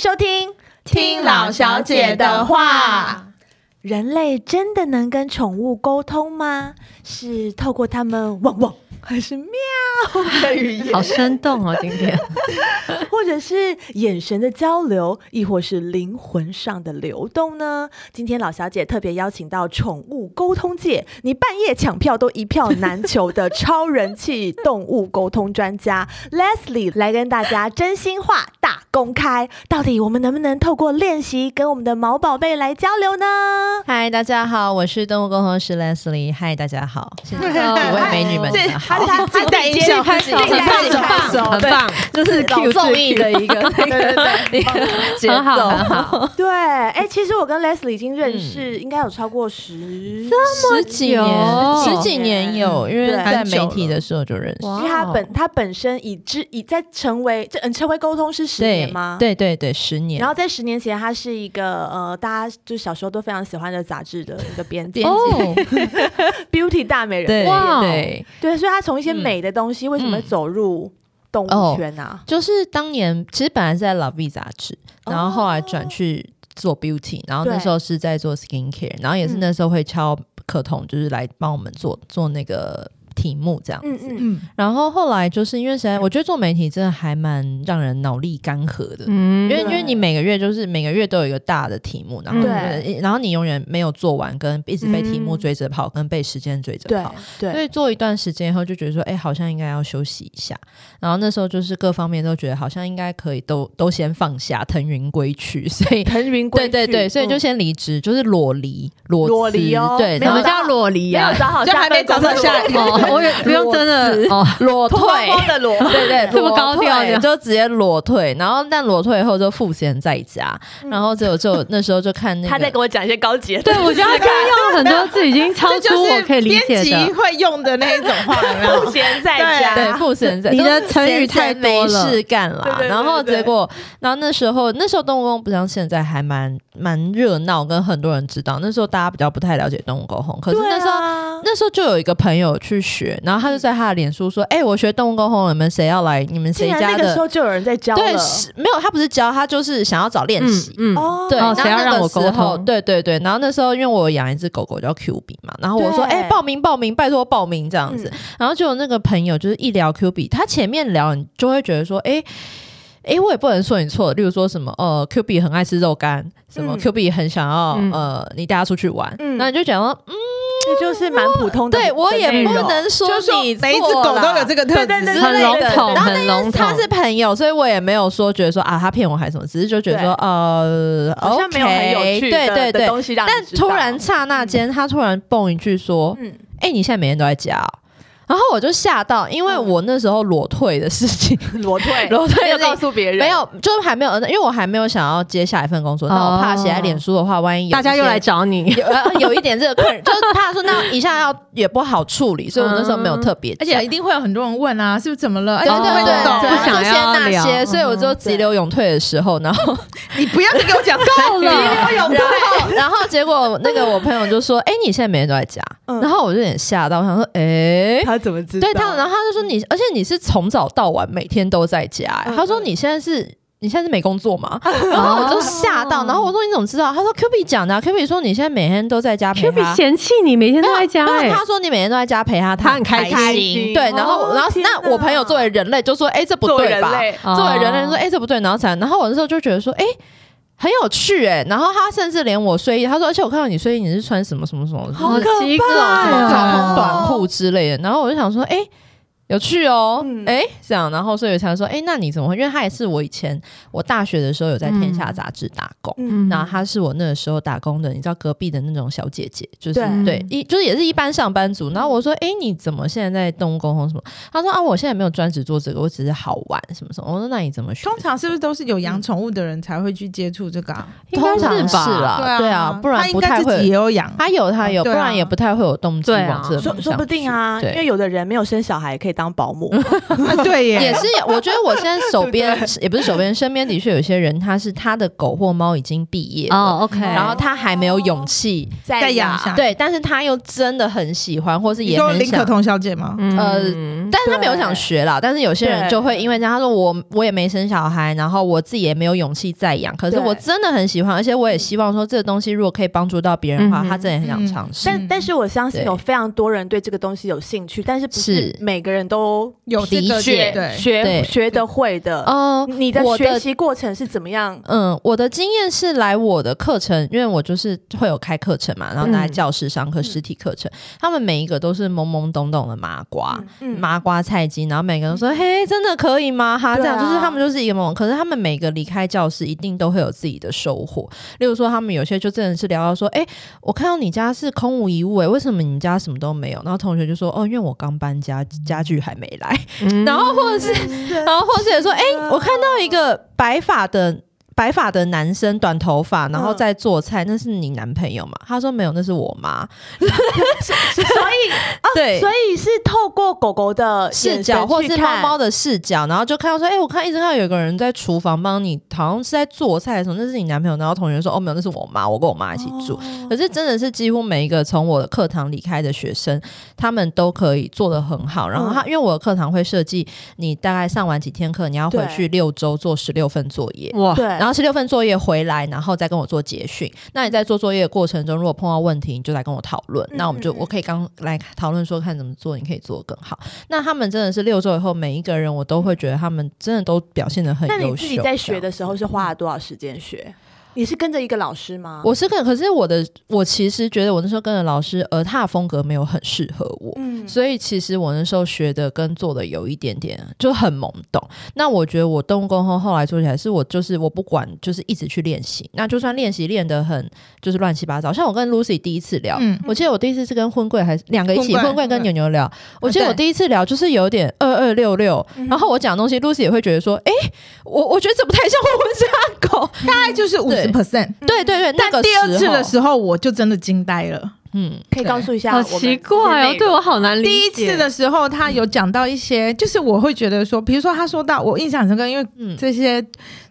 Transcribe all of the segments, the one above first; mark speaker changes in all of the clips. Speaker 1: 收听《
Speaker 2: 听老小姐的话》。
Speaker 1: 人类真的能跟宠物沟通吗？是透过它们汪汪还是喵的语言，
Speaker 2: 好生动 哦，今天
Speaker 1: 或者是眼神的交流，亦或是灵魂上的流动呢？今天老小姐特别邀请到宠物沟通界，你半夜抢票都一票难求的超人气动物沟通专家 Leslie 来跟大家真心话大公开，到底我们能不能透过练习跟我们的毛宝贝来交流 呢？
Speaker 2: 嗨，大家好，我是动物沟通师 Leslie。嗨，大家 好，几位哦美女们，啊 你们好，
Speaker 3: 哦
Speaker 1: 他自己带音效，自己
Speaker 2: 很棒，很棒，很棒，这是 Q 综艺的 一个那个 节奏，很好，
Speaker 1: 对，哎、其实我跟 Leslie 已经认识，应该有超过十，
Speaker 2: 十几年，十几年有，因为
Speaker 1: 对
Speaker 2: 在媒体的时候就认识，
Speaker 1: 因为他
Speaker 2: 哦
Speaker 1: 本他本身已知已在成为这嗯成为沟通师十
Speaker 2: 对
Speaker 1: 年吗？。
Speaker 2: 对对对，十年
Speaker 1: 然，后在十年前，他是一个呃，大家就小时候都非常喜欢的杂志的一个编辑，
Speaker 2: 哦，
Speaker 1: Beauty 大美人》
Speaker 2: 对嗯
Speaker 3: 哇
Speaker 2: 对，
Speaker 1: 对，所以他从一些美的东西，为什么会走入动
Speaker 2: 哦
Speaker 1: 物圈啊？
Speaker 2: 就是当年其实本来是在《Love》杂志，然后后来转
Speaker 1: 哦
Speaker 2: 去做 Beauty，然后那
Speaker 1: 对
Speaker 2: 时候是在做 Skin Care，然后也是
Speaker 1: 嗯
Speaker 2: 那时候会敲课筒，就是来帮我们做做那个题目这样子。
Speaker 1: 嗯嗯，
Speaker 3: 嗯
Speaker 2: 然后后来就是因为实在，我觉得做媒体真的还蛮让人脑力干涸的。
Speaker 3: 嗯
Speaker 2: 因为因
Speaker 1: 对
Speaker 2: 为你每个月就是每个月都有一个大的题目，然后
Speaker 1: 对嗯
Speaker 2: 然后你永远没有做完，跟一直被题目追着跑，跟被时间追着
Speaker 1: 对
Speaker 2: 跑。所
Speaker 1: 对，
Speaker 2: 以做一段时间以后，就觉得说，哎、好像应该要休息一下。然后那时候就是各方面都觉得好像应该可以都都先放下，腾云归去。 所以，
Speaker 1: 腾云归嗯
Speaker 2: 对对对，所以就先离职，就是裸离裸
Speaker 1: 裸
Speaker 2: 辞
Speaker 1: 离哦
Speaker 2: 对，
Speaker 1: 没
Speaker 3: 什
Speaker 1: 有
Speaker 2: 然后
Speaker 3: 么叫裸离
Speaker 1: 没有
Speaker 3: 啊？
Speaker 1: 找好
Speaker 2: 嗯就
Speaker 1: 下
Speaker 2: 还没
Speaker 1: 份
Speaker 2: 找
Speaker 1: 工
Speaker 2: 到
Speaker 1: 作
Speaker 2: 下一
Speaker 1: 路
Speaker 2: 个，
Speaker 3: 哦，我也不用真的哦，
Speaker 2: 裸
Speaker 1: 脱光
Speaker 2: 退。
Speaker 1: 光的 裸，
Speaker 2: 对对，
Speaker 3: 这么
Speaker 2: 裸
Speaker 3: 高调
Speaker 2: 退
Speaker 3: 这样
Speaker 2: 就直接裸退，然后但裸退以后就赋闲在家，然后就就那时候就看那个，
Speaker 1: 他在跟我讲一些高级的
Speaker 3: 对，我觉得他今天用了很多字已经超
Speaker 4: 这
Speaker 3: 出
Speaker 4: 就是
Speaker 3: 我可以理解
Speaker 4: 编辑
Speaker 3: 的。
Speaker 4: 会用的那一种话， 有没
Speaker 1: 东西，
Speaker 4: 有？
Speaker 1: 闲在家，
Speaker 2: 对，赋闲在
Speaker 3: 你的
Speaker 2: 都
Speaker 3: 成语
Speaker 2: 闲在
Speaker 3: 太
Speaker 2: 没
Speaker 3: 多了
Speaker 2: 事干啦。
Speaker 1: 对对对
Speaker 2: 然后
Speaker 1: 对
Speaker 2: 结果，然后那时候那时候动物沟通不像现在还蛮蛮热闹，跟很多人知道。那时候大家比较不太了解动物沟通，可是
Speaker 1: 对
Speaker 2: 那时候。
Speaker 1: 啊
Speaker 2: 那时候就有一个朋友去学，然后他就在他的脸书说：“哎、我学动物沟通，你们谁要来？你们
Speaker 1: 竟
Speaker 2: 谁
Speaker 1: 然
Speaker 2: 家
Speaker 1: 那个时
Speaker 2: 的
Speaker 1: 候就有人在教？”
Speaker 2: 对，
Speaker 1: 了，
Speaker 2: 是没有，他不是教，他就是想要找练习。
Speaker 3: 嗯
Speaker 1: 哦，
Speaker 2: 对，
Speaker 3: 哦
Speaker 2: 然后
Speaker 3: 谁要
Speaker 2: 那
Speaker 3: 让
Speaker 2: 个
Speaker 3: 我沟
Speaker 2: 时候
Speaker 3: 通
Speaker 2: 对对对，然后那时候因为我有养一只狗狗叫 Q 比嘛，然后我说
Speaker 1: 对嗯
Speaker 2: 哎、报名报名，拜托报名这样子，然后就有那个朋友就是一聊 Q 比，他前面聊你就会觉得说哎。哎，我也不能说你错，例如说什么，呃，Q B 很爱吃肉干，什么
Speaker 1: 嗯
Speaker 2: Q B 很想要，
Speaker 3: 嗯
Speaker 2: 呃，你带他出去玩，
Speaker 1: 嗯
Speaker 2: 那你就讲说，嗯，
Speaker 1: 这就是蛮普通的，
Speaker 2: 对我也
Speaker 1: 的内
Speaker 2: 不
Speaker 1: 容
Speaker 2: 能说
Speaker 4: 就是说
Speaker 2: 你错
Speaker 4: 每一只狗都有这
Speaker 2: 个，
Speaker 4: 个
Speaker 1: 对
Speaker 4: 特
Speaker 1: 对
Speaker 4: 质
Speaker 1: 对，
Speaker 3: 很笼统，
Speaker 2: 然后
Speaker 3: 很笼统
Speaker 2: 他。是朋友，所以我也没有说觉得说啊，他骗我还是什么，只是就觉得说，呃，
Speaker 1: 好像没有很有
Speaker 2: OK，
Speaker 1: 趣的
Speaker 2: 对对
Speaker 1: 的
Speaker 2: 对，
Speaker 1: 东西让你
Speaker 2: 但
Speaker 1: 知道
Speaker 2: 突然刹那间，他突然蹦一句说
Speaker 1: 嗯，：“
Speaker 2: 哎、你现在每天都在家、哦？”然后我就吓到，因为
Speaker 1: 嗯
Speaker 2: 我那时候裸退的事情，
Speaker 1: 裸退，
Speaker 2: 裸退
Speaker 1: 没有
Speaker 2: 的
Speaker 1: 告诉别人，
Speaker 2: 没有，就是还没有，因为我还没有想要接下一份工作，
Speaker 3: 哦
Speaker 2: 那我怕写在脸书的话，万一有一些
Speaker 3: 大家又来找 你，
Speaker 2: 有呃有一点这个困扰，就是怕说那一下要也不好处理，所以我那时候没有特别
Speaker 4: 而
Speaker 2: 讲，
Speaker 4: 且一定会有很多人问啊，是不是怎么了？哎
Speaker 2: 对
Speaker 4: 你怎么
Speaker 2: 对
Speaker 4: 会
Speaker 2: 对，
Speaker 4: 懂
Speaker 3: 不
Speaker 2: 对
Speaker 3: 想要
Speaker 2: 就先那些，
Speaker 3: 聊
Speaker 2: 所以我就急流勇退的时候，然后
Speaker 4: 你不要再给我讲够
Speaker 3: 了
Speaker 4: 有
Speaker 2: 然后， 然后结果那个我朋友就说：“哎、你现在每天都在家。
Speaker 1: 嗯
Speaker 2: 然后我就有点吓到，我想说：“哎、
Speaker 1: 他怎么知道？
Speaker 2: 对他，然后他就说你，而且你是从早到晚每天都在家、哎
Speaker 1: 嗯
Speaker 2: 他说你现在是。你现在是没工作吗？然后我
Speaker 3: 哎
Speaker 2: 就吓到，然后我说你怎么知道？他说 Q B 讲的、啊、，Q B 说你现在每天都在家陪
Speaker 3: Q 比
Speaker 2: 他，
Speaker 3: 嫌弃你每天都在家
Speaker 2: 没
Speaker 3: 哎
Speaker 2: 有，他说你每天都在家陪他，
Speaker 3: 他很开
Speaker 2: 心。
Speaker 3: 心。
Speaker 2: 对，然后
Speaker 1: 哦
Speaker 2: 然后
Speaker 1: 天哪
Speaker 2: 那我朋友作为人类就说，哎，这不
Speaker 1: 作为
Speaker 2: 对
Speaker 1: 人
Speaker 2: 吧？
Speaker 1: 类，
Speaker 3: 哦
Speaker 2: 作为人类说，哎、这不对，然后才，然后我那时候就觉得说，哎、很有趣哎、然后他甚至连我睡衣，他说，而且我看到你睡衣，你是穿什么什么什么，就是
Speaker 3: 好
Speaker 1: 可啊
Speaker 3: 奇怪
Speaker 2: 什么
Speaker 3: 哦
Speaker 2: 卡通短裤之类的，然后我就想说，哎、有趣哦，哎、
Speaker 1: 嗯
Speaker 2: 这样，然后所以我才说，哎、那你怎么会？因为他也是我以前我大学的时候有在《天下》杂志打工，
Speaker 1: 嗯
Speaker 2: 然后她是我那个时候打工的，你知道隔壁的那种小姐姐，就是
Speaker 1: 对
Speaker 2: 对一就是也是一般上班族。然后我说：“哎、你怎么现在在动物沟通什么？”她说：“啊，我现在没有专职做这个，我只是好玩什么什么。”我说：“那你怎么学？”
Speaker 4: 通常是不是都是有养宠物的人才会去接触这个啊？
Speaker 3: 应
Speaker 2: 通
Speaker 3: 该
Speaker 2: 常
Speaker 3: 是吧
Speaker 2: 啦，对啊，不然
Speaker 4: 他应
Speaker 2: 不
Speaker 4: 该
Speaker 2: 太
Speaker 4: 自己也
Speaker 2: 会。
Speaker 4: 有 养，
Speaker 2: 她有她有，不
Speaker 4: 对啊
Speaker 2: 然也不太会有动机
Speaker 3: 对啊
Speaker 2: 往这个
Speaker 1: 说
Speaker 2: 方
Speaker 1: 说
Speaker 2: 向
Speaker 1: 不定啊，
Speaker 2: 去
Speaker 1: 因为
Speaker 2: 对。
Speaker 1: 有的人没有生小孩，可以当保姆。
Speaker 4: 啊 对耶，
Speaker 2: 也是有，我觉得我现在手边也不是手边，身边的确有些人，他是他的狗或猫已经毕业了，
Speaker 3: 哦，OK，
Speaker 2: 然后他还没有勇气
Speaker 1: 在
Speaker 4: 再养
Speaker 1: 养
Speaker 4: 下
Speaker 2: 啊对，但是他又真的很喜欢，或是
Speaker 4: 哦你
Speaker 2: 也
Speaker 4: 说
Speaker 2: 很
Speaker 4: 林
Speaker 2: 想
Speaker 4: 可彤小姐吗？
Speaker 2: 呃
Speaker 3: 嗯
Speaker 2: 但是他没有想
Speaker 1: 对
Speaker 2: 学啦，但是有些人
Speaker 1: 对
Speaker 2: 就会因为这样，他说我我也没生小孩，然后我自己也没有勇气再养，可是
Speaker 1: 对
Speaker 2: 我真的很喜欢，而且我也希望说这个东西如果可以帮助到别人的话，
Speaker 3: 嗯哼
Speaker 2: 他真的很想
Speaker 4: 嗯
Speaker 2: 尝试。
Speaker 1: 但但是我相信有
Speaker 2: 对
Speaker 1: 非常多人对这个东西有兴趣，但是不是
Speaker 2: 是
Speaker 1: 每个人都
Speaker 4: 有这个
Speaker 2: 理解
Speaker 4: 对，
Speaker 1: 学
Speaker 2: 对
Speaker 1: 学得会的。
Speaker 2: 哦，
Speaker 1: 你的
Speaker 2: 我
Speaker 1: 学
Speaker 2: 的
Speaker 1: 习过程是怎么样？
Speaker 2: 嗯，我的经验是来我的课程，因为我就是会有开课程嘛，然后大家
Speaker 1: 嗯
Speaker 2: 教室上课、实体课程，他们每一个都是懵懵懂懂的麻瓜。
Speaker 1: 嗯
Speaker 2: 麻瓜菜鸡，然后每个人都说：“嘿，真的可以吗？”哈，
Speaker 1: 对
Speaker 2: 这
Speaker 1: 啊
Speaker 2: 样、就是他们就是一个懵。可是他们每个离开教室，一定都会有自己的收获。例如说，他们有些就真的是聊到说：“哎、我看到你家是空无一物、哎，为什么你们家什么都没有？”然后同学就说：“哦，因为我刚搬家，家具还没来。”
Speaker 3: 嗯
Speaker 2: 然后或 者是，然后或者也说，哎、
Speaker 1: 啊
Speaker 2: 我看到一个白发的白发的男生，短头发，然
Speaker 1: 嗯
Speaker 2: 后在做菜，那是你男朋友吗？他说没有，那是我 妈。
Speaker 1: 所以哦
Speaker 2: 对
Speaker 1: 所以是透过狗狗的
Speaker 2: 视
Speaker 1: 眼神
Speaker 2: 角，
Speaker 1: 去
Speaker 2: 或是猫
Speaker 1: 看
Speaker 2: 猫的视角，然后就看到说，哎、我看一直看到有个人在厨房帮你，好像是在做菜的时候，那是你男朋友。然后同学说，哦，没有，那是我妈，我跟我妈一
Speaker 1: 哦
Speaker 2: 起住。可是真的是几乎每一个从我的课堂离开的学生，他们都可以做得很好。然
Speaker 1: 嗯
Speaker 2: 后他，因为我的课堂会设计，你大概上完几天课，你要回去六周做十六份作业。
Speaker 4: 呃
Speaker 3: 哇，
Speaker 1: 对，
Speaker 2: 然后十六份作业回来，然后再跟我做结训。那你在做作业的过程中，如果碰到问题，你就来跟我讨论。
Speaker 1: 嗯
Speaker 2: 那我们就
Speaker 1: 嗯嗯
Speaker 2: 我可以刚来讨论说看怎么做，你可以做得更好。那他们真的是六周以后，每一个人我都会觉得他们真的都表现得很
Speaker 1: 那你
Speaker 2: 优秀。
Speaker 1: 自己在学的时候是花
Speaker 4: 嗯
Speaker 1: 了多少时间学？你是跟着一个老师吗？
Speaker 2: 我是跟，可是我的我其实觉得我那时候跟的老师，而他的风格没有很适合我。
Speaker 1: 嗯
Speaker 2: 所以其实我那时候学的跟做的有一点点就很懵懂。那我觉得我动工后后来做起来，是我就是我不管，就是一直去练习。那就算练习练得很就是乱七八糟，像我跟 Lucy 第一次聊，
Speaker 4: 嗯，
Speaker 2: 我记得我第一次是跟婚贵还是两个一起，
Speaker 4: 婚贵
Speaker 2: 婚贵跟
Speaker 4: 嗯
Speaker 2: 牛牛聊。我记得我
Speaker 4: 对嗯
Speaker 2: 第一次聊就是有点二二六六，然后我讲的东西，Lucy 也会觉得说，诶，我我觉得这不太像我们家狗。
Speaker 4: 大概就是五十 percent。
Speaker 2: 对对对，那
Speaker 4: 但
Speaker 2: 个
Speaker 4: 嗯第二次的
Speaker 2: 候，
Speaker 4: 时候，我就真的惊呆了。
Speaker 2: 嗯，
Speaker 1: 可以告诉一下我
Speaker 3: 好
Speaker 1: 们，
Speaker 3: 奇怪哦，对我好难理解。
Speaker 4: 第一次的时候，他有讲到一
Speaker 1: 嗯
Speaker 4: 些，就是我会觉得说，比如说他说到我印象很深刻，因为
Speaker 2: 嗯
Speaker 4: 这些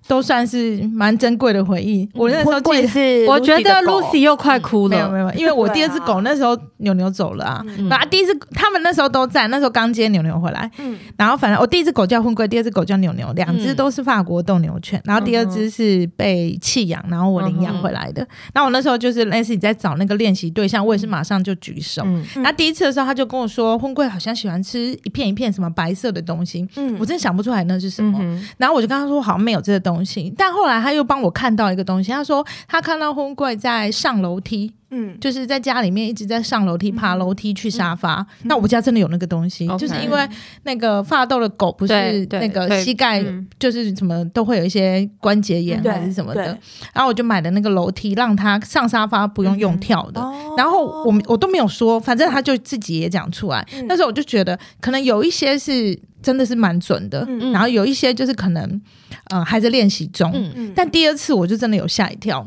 Speaker 4: 都算是蛮珍贵的回忆。我那时候
Speaker 1: 婚嗯
Speaker 4: 记
Speaker 1: 贵
Speaker 4: 得
Speaker 1: 是 Lucy 的狗，
Speaker 3: 我觉得 Lucy 嗯又快哭
Speaker 4: 没有
Speaker 3: 了
Speaker 4: 没，有，因为我第二只
Speaker 1: 对啊
Speaker 4: 狗那时候牛牛走了啊，
Speaker 1: 嗯
Speaker 4: 然后第一只他们那时候都在，那时候刚接牛牛回来，
Speaker 1: 嗯
Speaker 4: 然后反正我哦第一只狗叫混龟，第二只狗叫牛牛，两只都是法国斗牛犬，然后第二只是被弃养，然后我领养回来的。那、我那时候就是类似你在找那个练习对象，我也是马上就举手。
Speaker 3: 嗯，
Speaker 1: 嗯
Speaker 4: 那第一次的时候，他就跟我说，混龟好像喜欢吃一片一片什么白色的东西，
Speaker 1: 嗯
Speaker 4: 我真想不出来那是什么。
Speaker 3: 嗯
Speaker 4: 然后我就跟他说好像没有这个东西，但后来他又帮我看到一个东西，他说他看到婚贵在上楼梯，
Speaker 1: 嗯
Speaker 4: 就是在家里面一直在上楼梯、
Speaker 1: 嗯
Speaker 4: 爬楼梯去沙发。那我家真的有那个东西，
Speaker 3: OK
Speaker 4: 就是因为那个发豆的狗不是
Speaker 3: 对对
Speaker 4: 那个
Speaker 3: 对
Speaker 4: 膝盖
Speaker 3: 嗯
Speaker 4: 就是什么都会有一些关节炎
Speaker 1: 对
Speaker 4: 还是什么的
Speaker 1: 对，
Speaker 4: 然后我就买了那个楼梯，让它上沙发不用用跳的。
Speaker 1: 哦
Speaker 4: 然后我们我都没有说，反正他就自己也讲出来。
Speaker 1: 嗯
Speaker 4: 那时候我就觉得，可能有一些是真的是蛮准的，
Speaker 1: 嗯
Speaker 4: 然后有一些就是可能呃还在练习中。
Speaker 2: 嗯
Speaker 1: 嗯
Speaker 4: 但第二次我就真的有吓一跳。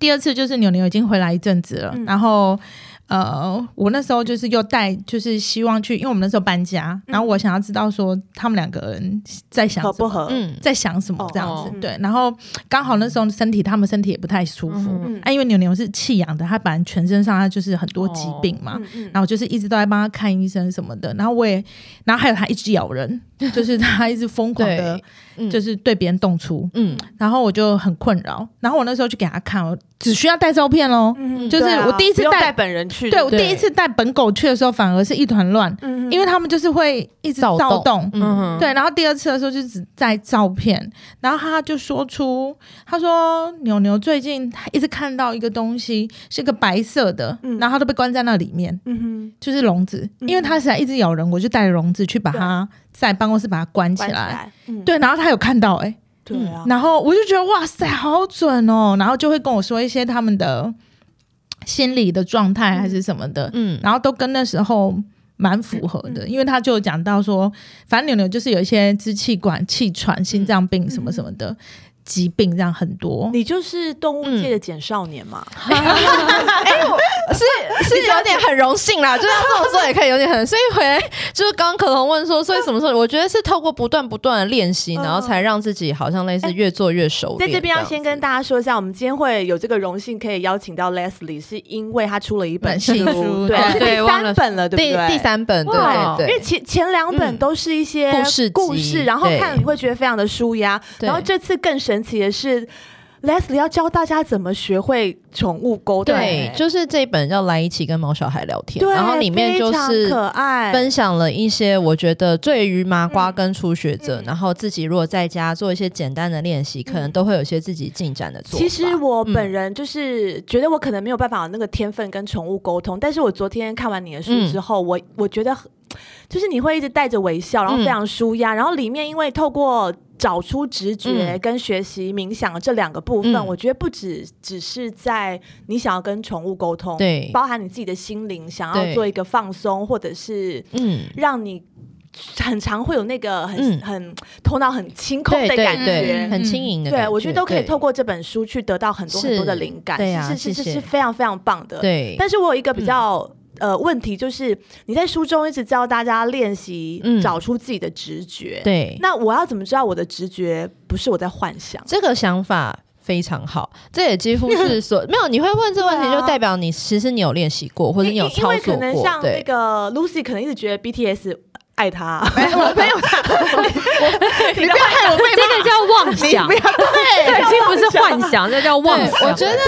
Speaker 4: 第二次就是牛牛已经回来一阵子了，
Speaker 1: 嗯
Speaker 4: 然后呃，我那时候就是又带，就是希望去，因为我们那时候搬家，
Speaker 1: 嗯
Speaker 4: 然后我想要知道说他们两个人在想
Speaker 1: 合
Speaker 4: 什
Speaker 1: 不
Speaker 4: 么，
Speaker 1: 合？
Speaker 2: 嗯
Speaker 4: 在想什么
Speaker 1: 哦
Speaker 4: 这样子。
Speaker 1: 哦
Speaker 4: 对，然后刚好那时候身体他们身体也不太舒服，
Speaker 3: 嗯
Speaker 1: 嗯
Speaker 4: 啊，因为牛牛是弃养的，它本来全身上它就是很多疾病嘛，
Speaker 1: 嗯嗯
Speaker 4: 然后我就是一直都在帮他看医生什么的，然后我也，然后还有他一直咬 人，就是他一直疯狂的，
Speaker 2: 嗯
Speaker 4: 就是对别人动粗，
Speaker 2: 嗯，
Speaker 4: 然后我就很困扰，然后我那时候就给他看，我只需要带照片喽。
Speaker 1: 嗯
Speaker 4: 就是
Speaker 1: 对啊
Speaker 4: 我第一次
Speaker 1: 不用
Speaker 4: 带
Speaker 1: 带本人去
Speaker 4: 对
Speaker 1: 的，
Speaker 4: 我
Speaker 2: 对
Speaker 4: 第一次带本狗去的时候，反而是一团乱，
Speaker 1: 嗯
Speaker 4: 因为他们就是会一直躁
Speaker 2: 动
Speaker 4: 动，
Speaker 2: 嗯，
Speaker 4: 对，然后第二次的时候就只在照片，然后他就说出，他说牛牛最近他一直看到一个东西，是个白色的，
Speaker 1: 嗯
Speaker 4: 然后他都被关在那里面，
Speaker 1: 嗯
Speaker 4: 就是笼子，
Speaker 1: 嗯
Speaker 4: 因为他实在一直咬人，我就带笼子去把它在办公室把它关
Speaker 1: 哼
Speaker 4: 起
Speaker 1: 关
Speaker 4: 来。
Speaker 1: 起来，嗯
Speaker 4: 对，然后他有看到哎、欸
Speaker 1: 对啊，
Speaker 4: 然后我就觉得哇塞，好准哦，然后就会跟我说一些他们的心理的状态还是什么的，
Speaker 2: 嗯，
Speaker 4: 然后都跟那时候蛮符合的，因为他就有
Speaker 2: 嗯
Speaker 4: 讲到说，反正牛牛就是有一些支气管气喘、心脏病什么什么的。疾病让很多。
Speaker 1: 你就是动物
Speaker 4: 嗯
Speaker 1: 界的简少年嘛？
Speaker 2: 是是有点很荣幸啦，就是要这么说也可以有点很，所以回来就是刚可彤问说，所以什么时候？我觉得是透过不断不断的练习，然后才让自己好像类似越做越熟
Speaker 1: 嗯哎在
Speaker 2: 练。
Speaker 1: 这边要
Speaker 2: 样
Speaker 1: 先跟大家说一下，我们今天会有这个荣幸可以邀请到 Leslie，是因为她出了一本
Speaker 2: 本新
Speaker 1: 书，
Speaker 2: 书
Speaker 1: 对
Speaker 3: 哦，
Speaker 1: 是
Speaker 3: 对
Speaker 1: 第
Speaker 3: 忘了
Speaker 1: 三本了，对不对？
Speaker 2: 第第。三本，对
Speaker 3: 哇
Speaker 2: 对
Speaker 1: 因为
Speaker 2: 对，
Speaker 1: 前前两本
Speaker 2: 嗯
Speaker 1: 都是一些
Speaker 2: 故事集
Speaker 1: 故事，然后
Speaker 2: 对
Speaker 1: 看你会觉得非常的舒压。
Speaker 2: 对
Speaker 1: 然后这次更神奇的是，Leslie 要教大家怎么学会宠物沟通。
Speaker 2: 对，就是这一本叫《来一起跟毛小孩聊天》，
Speaker 1: 对，
Speaker 2: 然后里面就
Speaker 1: 非常
Speaker 2: 是
Speaker 1: 可爱
Speaker 2: 分享了一些我觉得对于麻瓜跟初学者，然后自己如果在家做一些简单的练习，可能都会有一些自己进展的做法。
Speaker 1: 其实我本
Speaker 2: 嗯
Speaker 1: 人就是觉得我可能没有办法有那个天分跟宠物沟通，但是我昨天看完你的书
Speaker 2: 嗯
Speaker 1: 之后，我我觉得很就是你会一直带着微笑，然后
Speaker 2: 嗯
Speaker 1: 非常舒压，然后里面因为透过。找出直觉
Speaker 2: 嗯
Speaker 1: 跟学习冥想这两个部分，
Speaker 2: 嗯
Speaker 1: 我觉得不只只是在你想要跟宠物沟通，
Speaker 2: 对
Speaker 1: 包含你自己的心灵想要
Speaker 2: 对
Speaker 1: 做一个放松，或者是
Speaker 2: 嗯，
Speaker 1: 让你很常会有那个很、
Speaker 2: 嗯
Speaker 1: 很头脑很清空
Speaker 2: 对
Speaker 1: 的
Speaker 2: 对
Speaker 1: 感觉，
Speaker 2: 对，
Speaker 4: 嗯
Speaker 2: 很轻盈的感
Speaker 1: 对，我觉得都可以
Speaker 2: 对
Speaker 1: 透过这本书去得到很多很多的灵感，
Speaker 2: 是对啊
Speaker 1: 是是是是
Speaker 2: 谢谢
Speaker 1: 是非常非常棒的。，
Speaker 2: 对，嗯
Speaker 1: 但是我有一个比较、呃问题，就是你在书中一直教大家练习
Speaker 2: 嗯
Speaker 1: 找出自己的直觉，、
Speaker 2: 对，
Speaker 1: 那我要怎么知道我的直觉不是我在幻想？
Speaker 2: 这个想法非常好，这也几乎是所没有你会问这个问题，
Speaker 1: 对啊
Speaker 2: 就代表你其实你有练习过，或者你有
Speaker 1: 因因
Speaker 2: 操
Speaker 1: 为
Speaker 2: 作
Speaker 1: 可能
Speaker 2: 过
Speaker 1: 像，那
Speaker 2: 对。
Speaker 1: 个 Lucy 可能一直觉得 BTS 爱他，
Speaker 4: 你不要害我被
Speaker 3: 这个叫妄 想，
Speaker 4: 你不要
Speaker 3: 这已经不是幻想，这叫妄
Speaker 2: 对，
Speaker 3: 想。
Speaker 2: 我 觉得，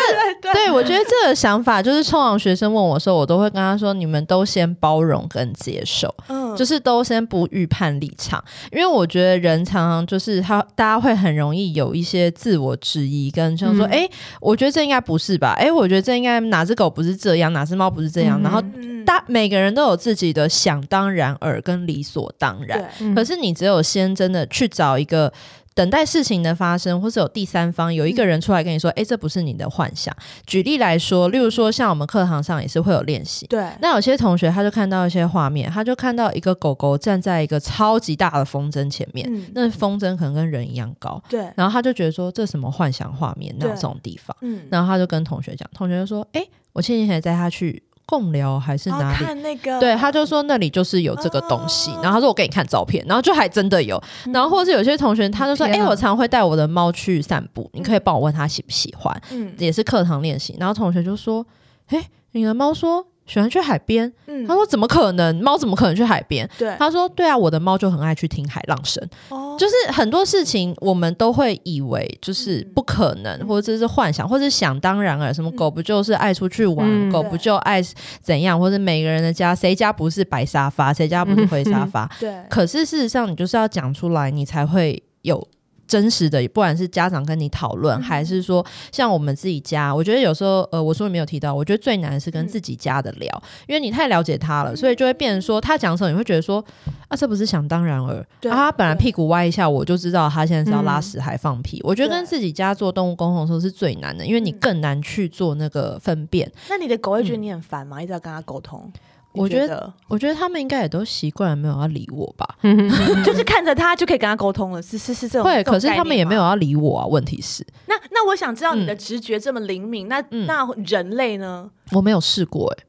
Speaker 1: 对
Speaker 2: 对我觉得这个想法就是，冲浪学生问我的时候，我都会跟他说，你们都先包容跟接受，
Speaker 1: 嗯，
Speaker 2: 就是都先不预判立场，因为我觉得人常常就是他，大家会很容易有一些自我质疑，跟像说，
Speaker 4: 嗯
Speaker 2: 哎、我觉得这应该不是吧？哎、我觉得这应该哪只狗不是这样，哪只猫不是这样，
Speaker 4: 嗯
Speaker 2: 然后
Speaker 1: 嗯
Speaker 2: 大每个人都有自己的想当然耳跟理所当然，
Speaker 1: 对
Speaker 3: 嗯
Speaker 2: 可是你只有先真的去找一个。等待事情的发生，或是有第三方有一个人出来跟你说：“诶，这不是你的幻想。”举例来说，例如说像我们课堂上也是会有练习，
Speaker 1: 对，
Speaker 2: 那有些同学他就看到一些画面，他就看到一个狗狗站在一个超级大的风筝前面，
Speaker 1: 嗯，
Speaker 2: 那风筝可能跟人一样高，
Speaker 1: 对，
Speaker 2: 然后他就觉得说这什么幻想画面，哪有
Speaker 1: 对
Speaker 2: 这种地方？
Speaker 1: 嗯，
Speaker 2: 然后他就跟同学讲，同学就说：“诶，我前几天也带他去共聊还是
Speaker 1: 然后
Speaker 2: 哪里？”
Speaker 1: 哦看哦那个，
Speaker 2: 对，他就说那里就是有这个东西，然后他说我给你看照片，然后就还真的有，
Speaker 1: 嗯
Speaker 2: 然后或是有些同学他就说，哎、
Speaker 4: 天啊
Speaker 2: 我常会带我的猫去散步，你可以帮我问他喜不喜欢，
Speaker 1: 嗯
Speaker 2: 也是课堂练习，然后同学就说，哎、你的猫说喜欢去海边，
Speaker 1: 嗯
Speaker 2: 他说怎么可能，猫怎么可能去海边？
Speaker 1: 对，
Speaker 2: 他说：“对啊，我的猫就很爱去听海浪声，
Speaker 1: 哦
Speaker 2: 就是很多事情我们都会以为就是不可能，
Speaker 1: 嗯
Speaker 2: 或者是幻想，或者想当然而什么狗不就是爱出去玩，
Speaker 3: 嗯
Speaker 2: 狗不就爱怎样，或者每个人的家谁家不是白沙发，谁家不是灰沙发。
Speaker 1: 对，
Speaker 2: 可是事实上，你就是要讲出来，你才会有。真实的，不管是家长跟你讨论，
Speaker 1: 嗯
Speaker 2: 还是说像我们自己家，我觉得有时候，呃，我书里没有提到，我觉得最难的是
Speaker 1: 嗯
Speaker 2: 跟自己家的聊，因为你太了解他了，所以就会变成说，他讲什么，你会觉得说，啊，这不是想当然而，
Speaker 1: 对
Speaker 2: 啊，他本来
Speaker 1: 对
Speaker 2: 屁股歪一下，我就知道他现在是要拉
Speaker 3: 嗯
Speaker 2: 屎还放屁。我觉得跟
Speaker 1: 对
Speaker 2: 自己家做动物沟通的时候是最难的，因为你
Speaker 1: 嗯
Speaker 2: 更难去做那个分辨。
Speaker 1: 那你的狗会觉得
Speaker 2: 嗯
Speaker 1: 你很烦吗？一直要跟它沟通？你
Speaker 2: 我觉得
Speaker 1: 得
Speaker 2: 我觉得他们应该也都习惯了没有要理我吧，
Speaker 3: 嗯
Speaker 1: 就是看着它就可以跟它沟通了，是是是这种。
Speaker 2: 会，
Speaker 1: 这种
Speaker 2: 可是
Speaker 1: 概
Speaker 2: 他们
Speaker 1: 念
Speaker 2: 也没
Speaker 1: 吗
Speaker 2: 有。要理我啊。问题是，
Speaker 1: 那那我想知道你的
Speaker 2: 嗯
Speaker 1: 直觉这么灵敏，那
Speaker 2: 嗯
Speaker 1: 那人类呢？
Speaker 2: 我没有试过、欸，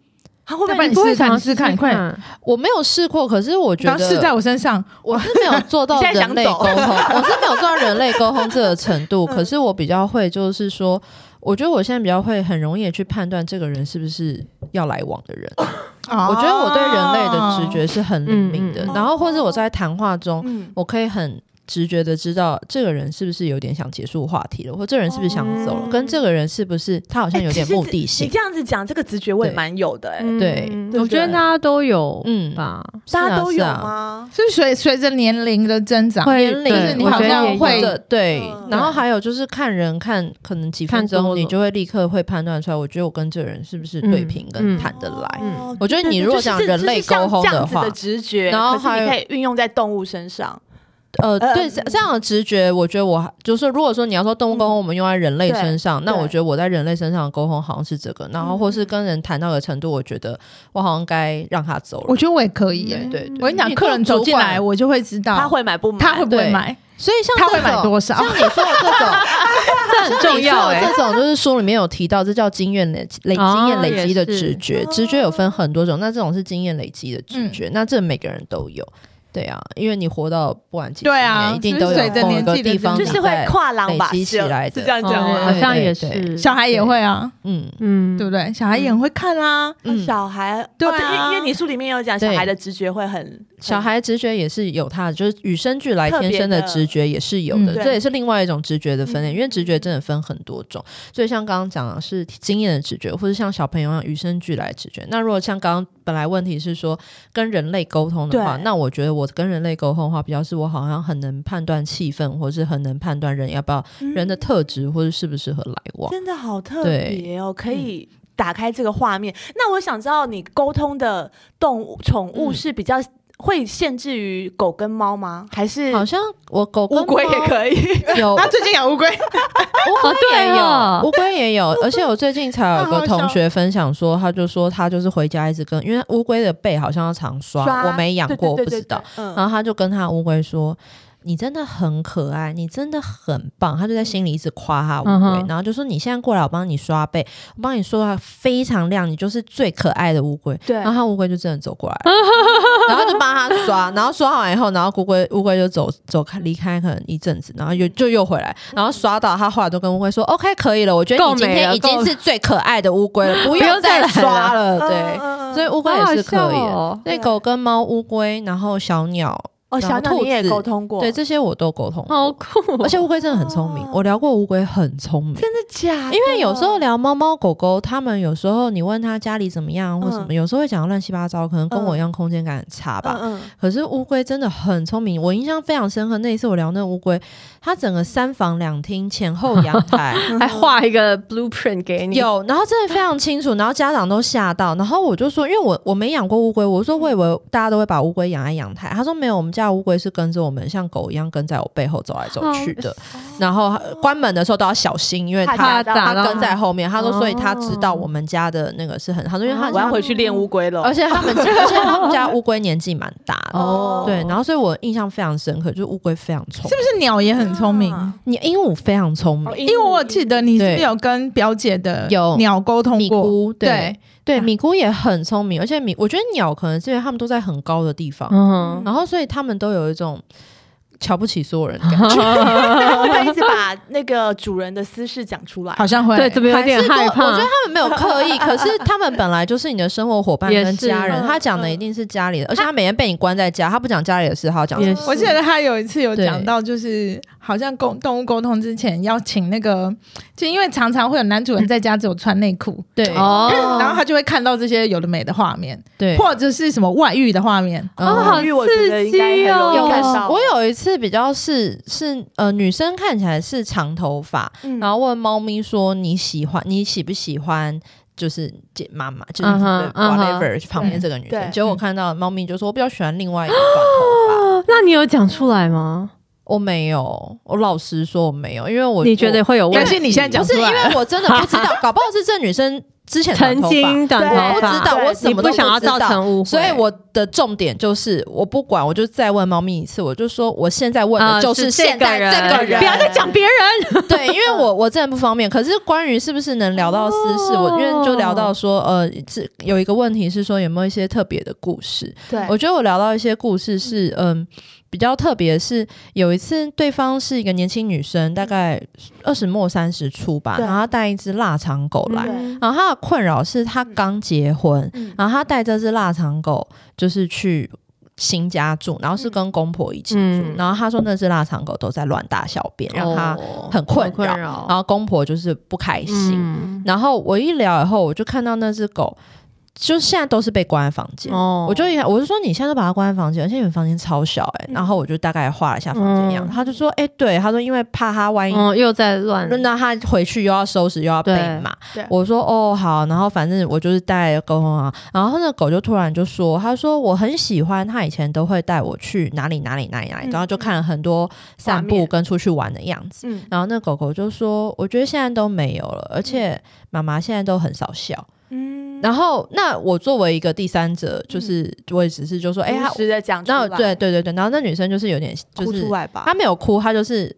Speaker 1: 它会不
Speaker 4: 要不
Speaker 1: 会
Speaker 4: 然
Speaker 1: 你现
Speaker 4: 你试试看，你试试看，你快点！
Speaker 3: 嗯
Speaker 2: 我没有试过。可是我觉
Speaker 4: 刚
Speaker 2: 得
Speaker 4: 试在我身上，
Speaker 2: 我是没 有做到
Speaker 1: 你现在想
Speaker 2: 人类沟
Speaker 1: 走
Speaker 2: 通，我是没有做到人类沟通这个程度。
Speaker 1: 嗯
Speaker 2: 可是我比较会，就是说，我觉得我现在比较会很容易地去判断这个人是不是要来往的人。
Speaker 1: 哦
Speaker 4: 我
Speaker 2: 我觉得我对人类的
Speaker 4: 哦
Speaker 2: 直觉是很灵敏的，
Speaker 3: 嗯嗯
Speaker 1: 嗯
Speaker 2: 然后或者我在谈话中，
Speaker 1: 嗯，
Speaker 2: 我可以很直觉的知道这个人是不是有点想结束话题了，或这个人是不是想走了，
Speaker 1: 哦
Speaker 2: 跟这个人是不是他好像
Speaker 1: 哎
Speaker 2: 有点
Speaker 1: 其实
Speaker 2: 目的
Speaker 1: 你
Speaker 2: 性。
Speaker 1: 这样子讲，这个直觉我也
Speaker 2: 对
Speaker 1: 蛮有的哎，
Speaker 2: 对
Speaker 3: 嗯
Speaker 1: 对
Speaker 3: 我觉得大家都有
Speaker 2: 嗯，
Speaker 3: 吧，
Speaker 2: 是
Speaker 1: 大
Speaker 2: 啊
Speaker 1: 家都有？
Speaker 2: 是啊
Speaker 1: 吗？
Speaker 4: 是随随着年龄的增长，
Speaker 3: 会
Speaker 2: 年
Speaker 4: 就是
Speaker 2: 龄，
Speaker 4: 你
Speaker 3: 我
Speaker 4: 好
Speaker 3: 觉得
Speaker 4: 像
Speaker 3: 也有
Speaker 4: 会
Speaker 2: 的对
Speaker 1: 嗯，
Speaker 2: 然后还有就是看人看，可能几分
Speaker 3: 看多
Speaker 2: 钟
Speaker 3: 了
Speaker 2: 你就会立刻会判断出来，我觉得我跟这个人是不是对平跟
Speaker 3: 嗯
Speaker 2: 谈得来。
Speaker 1: 哦
Speaker 2: 我觉得
Speaker 1: 对
Speaker 2: 你
Speaker 1: 对
Speaker 2: 如果
Speaker 1: 就是
Speaker 2: 讲
Speaker 1: 是
Speaker 2: 人
Speaker 1: 就是
Speaker 2: 类
Speaker 1: 像
Speaker 2: 沟通
Speaker 1: 这样
Speaker 2: 的
Speaker 1: 子
Speaker 2: 话
Speaker 1: 的直觉，
Speaker 2: 然后
Speaker 1: 可是
Speaker 2: 还
Speaker 1: 你
Speaker 2: 有
Speaker 1: 可以运用在动物身上，
Speaker 2: 呃，
Speaker 1: 呃
Speaker 2: 对，这这样的直觉，我觉得我还就是说，如果说你要说动物沟通，我们用在人类身上，那
Speaker 1: 对
Speaker 2: 我觉得我在人类身上的沟通好像是这个，然后或是跟人谈到的程度，我觉得我好像该让他走
Speaker 4: 我嗯
Speaker 2: 了。
Speaker 4: 觉得我也可以耶、
Speaker 2: 对对，
Speaker 4: 我跟你讲，
Speaker 2: 做
Speaker 4: 客人走
Speaker 2: 主
Speaker 4: 进
Speaker 2: 管啊
Speaker 4: 来，我就会知道
Speaker 1: 他会买不买？
Speaker 4: 他会不会
Speaker 2: 对
Speaker 4: 买。
Speaker 2: 所以像
Speaker 4: 他
Speaker 2: 这
Speaker 4: 会买
Speaker 2: 种
Speaker 4: 多少
Speaker 2: 像你说的这种，
Speaker 3: 这很重要哎、
Speaker 2: 像你说的这种就是书里面有提到，这叫经验累累
Speaker 3: 哦
Speaker 2: 经验累积的
Speaker 3: 也是
Speaker 2: 直觉，直觉有分很多种，那这种是经验累积的直
Speaker 4: 嗯
Speaker 2: 觉，那这每个人都有。对啊，因为你活到不管几十
Speaker 4: 对啊
Speaker 2: 年，一定都
Speaker 4: 随
Speaker 2: 有
Speaker 4: 着
Speaker 2: 某
Speaker 4: 年
Speaker 2: 个
Speaker 4: 纪的
Speaker 2: 地方
Speaker 4: 增
Speaker 1: 就
Speaker 4: 长
Speaker 1: 是会跨廊吧，
Speaker 2: 累积起
Speaker 1: 是
Speaker 2: 来的嗯
Speaker 1: 是这样
Speaker 3: 哦
Speaker 1: 讲
Speaker 3: 好
Speaker 1: 吗？
Speaker 3: 像也
Speaker 2: 对对
Speaker 3: 是
Speaker 4: 小孩也会啊，
Speaker 2: 嗯，
Speaker 3: 嗯
Speaker 4: 对不对？小孩也很会看啊，
Speaker 2: 嗯
Speaker 1: 小孩哦
Speaker 4: 对
Speaker 1: 对，
Speaker 4: 啊
Speaker 1: 因为因为你书里面有讲，小
Speaker 2: 对
Speaker 1: 孩的直觉会很
Speaker 2: 小孩直觉也是有他的，就是与生俱来天生的直觉也是有的，
Speaker 4: 特别
Speaker 1: 的嗯
Speaker 2: 这也是另外一种直觉的分类，
Speaker 1: 嗯
Speaker 2: 因为直觉真的分很多种，所以像刚刚讲的是经验的直觉，或者像小朋友一样与生俱来的直觉。那如果像刚刚本来问题是说跟人类沟通的话，
Speaker 1: 对
Speaker 2: 那我觉得我跟人类沟通的话，比较是我好像很能判断气氛，或是很能判断人要不要
Speaker 1: 嗯
Speaker 2: 人的特质，或是适不适合来往。
Speaker 1: 真的好特
Speaker 2: 对嗯
Speaker 1: 别哦，可以打开这个画面。那我想知道，你沟通的动物宠物
Speaker 2: 嗯
Speaker 1: 是比较会限制于狗跟猫吗？还是
Speaker 2: 好像我狗跟
Speaker 1: 嗯乌龟也 可以？
Speaker 2: 以有
Speaker 4: 他最近养乌龟，
Speaker 2: 乌龟也有，
Speaker 3: 哦
Speaker 2: 乌龟也有，而且我最近才有一个同学分享说，他就说他就是回家一直跟，因为乌龟的背好像要常刷，
Speaker 1: 刷
Speaker 2: 我没养
Speaker 1: 对
Speaker 2: 过，我
Speaker 1: 对
Speaker 2: 不
Speaker 1: 对
Speaker 2: 知道。
Speaker 1: 对对
Speaker 2: 然
Speaker 1: 嗯，
Speaker 2: 后他就跟他乌龟说。你真的很可爱，你真的很棒。他就在心里一直夸他乌龟，
Speaker 3: 嗯哼
Speaker 2: 然后就说：“你现在过来，我帮你刷背，我帮你刷得非常亮，你就是最可爱的乌龟。”
Speaker 1: 对
Speaker 2: 然后他乌龟就真的走过来 了，然后就帮他刷，然后刷完以后，然后乌龟乌龟就走走开离开，可能一阵子，然后又
Speaker 3: 嗯
Speaker 2: 就又回来，然后刷到他后来都跟乌龟说：“OK，可以了，我觉得
Speaker 3: 够
Speaker 2: 你今
Speaker 3: 没
Speaker 2: 天
Speaker 3: 了
Speaker 2: 已经
Speaker 3: 够
Speaker 2: 是最可爱的乌龟了，不
Speaker 3: 不
Speaker 2: 用
Speaker 3: 用再
Speaker 2: 再
Speaker 3: 来
Speaker 2: 刷了。”
Speaker 1: 嗯
Speaker 2: 对，
Speaker 1: 嗯嗯
Speaker 2: 所以乌龟
Speaker 3: 好好
Speaker 2: 也是可以
Speaker 3: 笑
Speaker 2: 的。
Speaker 3: 哦
Speaker 2: 所以
Speaker 1: 对
Speaker 2: 狗跟猫、乌龟，然后小鸟，
Speaker 1: 哦，
Speaker 2: 然
Speaker 1: 小
Speaker 2: 后
Speaker 1: 鸟你也
Speaker 2: 兔子
Speaker 1: 沟通过，
Speaker 2: 对这些我都沟通，
Speaker 3: 好酷哦、
Speaker 2: 而且乌龟真的很聪明
Speaker 1: 哦。
Speaker 2: 我聊过乌龟很聪明，
Speaker 1: 真的假的？
Speaker 2: 因为有时
Speaker 1: 哦
Speaker 2: 候聊猫猫狗狗，他们有时候你问他家里怎么样或什么，有时候会讲得乱七八糟，可能跟我一样空间感很差吧。
Speaker 1: 嗯嗯
Speaker 2: 可是乌龟真的很聪明，我印象非常深刻。那一次我聊那乌龟，它整个三房两厅前后阳台
Speaker 1: 嗯
Speaker 3: 还画一个 blueprint 给你，
Speaker 2: 有，然后真的非常清楚，然后家长都吓到。然后我就说，因为我我没养过乌龟，我说我以
Speaker 1: 嗯
Speaker 2: 为大家都会把乌龟养在阳台。他说没有，我们家的乌龟是跟着我们像狗一样跟在我背后走来走去的。然后呃关门的时候都要小心，因为
Speaker 1: 哦怕
Speaker 2: 它
Speaker 1: 打
Speaker 2: 它
Speaker 3: 打
Speaker 4: 哦
Speaker 3: 到
Speaker 2: 跟在后面。他说，所以他知道
Speaker 3: 哦
Speaker 2: 我们家的那个是很好的，因为他
Speaker 1: 我要回去练乌龟了
Speaker 2: 嗯而。且他们 家而且他们家乌龟年纪蛮大的。
Speaker 3: 哦
Speaker 2: 对，然后所以我印象非常深刻，就是乌龟非常聪
Speaker 4: 是不是鸟也很聪明？
Speaker 1: 啊
Speaker 2: 明，你鹦鹉非常聪明
Speaker 1: 哦，
Speaker 4: 因为我记得你是不是
Speaker 2: 对
Speaker 4: 有跟表姐的
Speaker 2: 有
Speaker 4: 鸟沟通
Speaker 2: 米
Speaker 4: 过，
Speaker 2: 姑对
Speaker 4: 对啊
Speaker 2: 对，米姑也很聪明，而且米我觉得鸟可能是因为它们都在很高的地方，
Speaker 3: 嗯
Speaker 2: 然后所以它们都有一种瞧不起所有人的 感觉。
Speaker 1: 它会不会一直把那个主人的私事讲出来，
Speaker 4: 好像会
Speaker 3: 对，这边有点害
Speaker 2: 还是多我觉得。
Speaker 3: 怕
Speaker 2: 他们没有刻意，可是他们本来就是你的生活伙伴
Speaker 3: 也
Speaker 2: 跟
Speaker 3: 是
Speaker 2: 家人。
Speaker 1: 嗯
Speaker 2: 他讲的
Speaker 1: 嗯
Speaker 2: 一定是家里的，而且他每天被你关在家，他不讲家里的事，他要讲
Speaker 3: 也
Speaker 2: 什
Speaker 3: 是
Speaker 2: 么？
Speaker 4: 啊我记得他有一次有
Speaker 2: 对
Speaker 4: 讲到，就是好像沟动物沟通之前要请那个，就因为常常会有男主人在家只有穿内裤，
Speaker 2: 对
Speaker 3: 哦
Speaker 4: 然 后他就会看到这些有的没的画面，
Speaker 2: 对。
Speaker 4: 或者是什么外遇的画面。
Speaker 2: 嗯
Speaker 3: 哦好
Speaker 1: 因为我觉得应该很容易
Speaker 2: 有
Speaker 3: 哦
Speaker 1: 看到。
Speaker 2: 我有一次比较是是呃女生看起来是长头发，
Speaker 1: 嗯
Speaker 2: 然后问猫咪说你喜欢你喜不喜欢就是姐妈妈就是
Speaker 3: 嗯哼
Speaker 2: 对
Speaker 3: 嗯哼
Speaker 2: whatever、旁边这个女
Speaker 1: 对
Speaker 2: 生，结果我看到猫咪就说我比较喜欢另外一个短头发，
Speaker 3: 哦那你有讲出来吗？
Speaker 2: 我没有，我老实说我没有，因为我
Speaker 3: 你觉得会有
Speaker 4: 但
Speaker 3: 问
Speaker 4: 是
Speaker 3: 题？
Speaker 4: 你现在讲
Speaker 2: 不是
Speaker 4: 出
Speaker 2: 因
Speaker 4: 来了，
Speaker 2: 为我真的不知 道，搞不好是这女生之前短
Speaker 3: 曾
Speaker 2: 头发
Speaker 3: 经短
Speaker 1: 对
Speaker 3: 头
Speaker 2: 我不知
Speaker 3: 发，
Speaker 2: 道，
Speaker 1: 对
Speaker 2: 我什
Speaker 3: 你
Speaker 2: 么
Speaker 3: 不
Speaker 2: 都
Speaker 3: 想要
Speaker 2: 知
Speaker 3: 造
Speaker 2: 道
Speaker 3: 成误会，
Speaker 2: 所以我的重点就是，我不管，我就再问猫咪一次，我就说我现在问的
Speaker 3: 啊
Speaker 2: 就是
Speaker 3: 是这
Speaker 2: 现在
Speaker 3: 个人
Speaker 2: 这个人，
Speaker 1: 不要再
Speaker 3: 讲别人。
Speaker 2: 对，因为我我真的不方便。可是关于是不是能聊到私事，我因为就聊到说，呃，这有一个问题是说有没有一些特别的故事？
Speaker 1: 对，
Speaker 2: 我觉得我聊到一些故事是，嗯，比较特别是有一次对方是一个年轻女生，大概二十末三十出吧，
Speaker 1: 对
Speaker 2: 然后她带一只腊肠狗来，
Speaker 1: 嗯
Speaker 2: 然后她的困扰是她刚结婚，
Speaker 1: 嗯
Speaker 2: 然后她带这只腊肠狗就是去。新家住，然后是跟公婆一起住，
Speaker 3: 嗯哦
Speaker 2: 然后她说那只腊肠狗都在乱大小便，让她很困扰，然
Speaker 3: 扰，
Speaker 2: 后公婆就是不开心。
Speaker 3: 嗯，
Speaker 2: 然后我一聊以后，我就看到那只狗，就现在都是被关在房间。
Speaker 3: 哦
Speaker 2: 我就一我就说你现在都把它关在房间，而且你们房间超小哎、
Speaker 1: 嗯
Speaker 2: 然后我就大概画了一下房间的样子，
Speaker 3: 嗯
Speaker 2: 他就说哎、对，他说因为怕他万一
Speaker 3: 嗯又在乱，
Speaker 2: 那他回去又要收拾又要被
Speaker 3: 对
Speaker 2: 骂
Speaker 1: 对。
Speaker 2: 我说哦好，然后反正我就是带沟通啊。然后那狗就突然就说，他说我很喜欢他以前都会带我去哪里哪里哪里哪里，
Speaker 1: 嗯
Speaker 2: 然后就看了很多散
Speaker 1: 画
Speaker 2: 步
Speaker 1: 面
Speaker 2: 跟出去玩的样子。
Speaker 1: 嗯，
Speaker 2: 然后那狗狗就说：“我觉得现在都没有了，而且妈妈现在都很少笑。
Speaker 1: 嗯，
Speaker 2: 然后，那我作为一个第三者，就是、我也只是就说，哎、他
Speaker 1: 如实的嗯讲出
Speaker 2: 那
Speaker 1: 来，
Speaker 2: 对对对对，然后那女生就是有点就
Speaker 1: 哭
Speaker 2: 是
Speaker 1: 出来吧，
Speaker 2: 她没有哭，她就是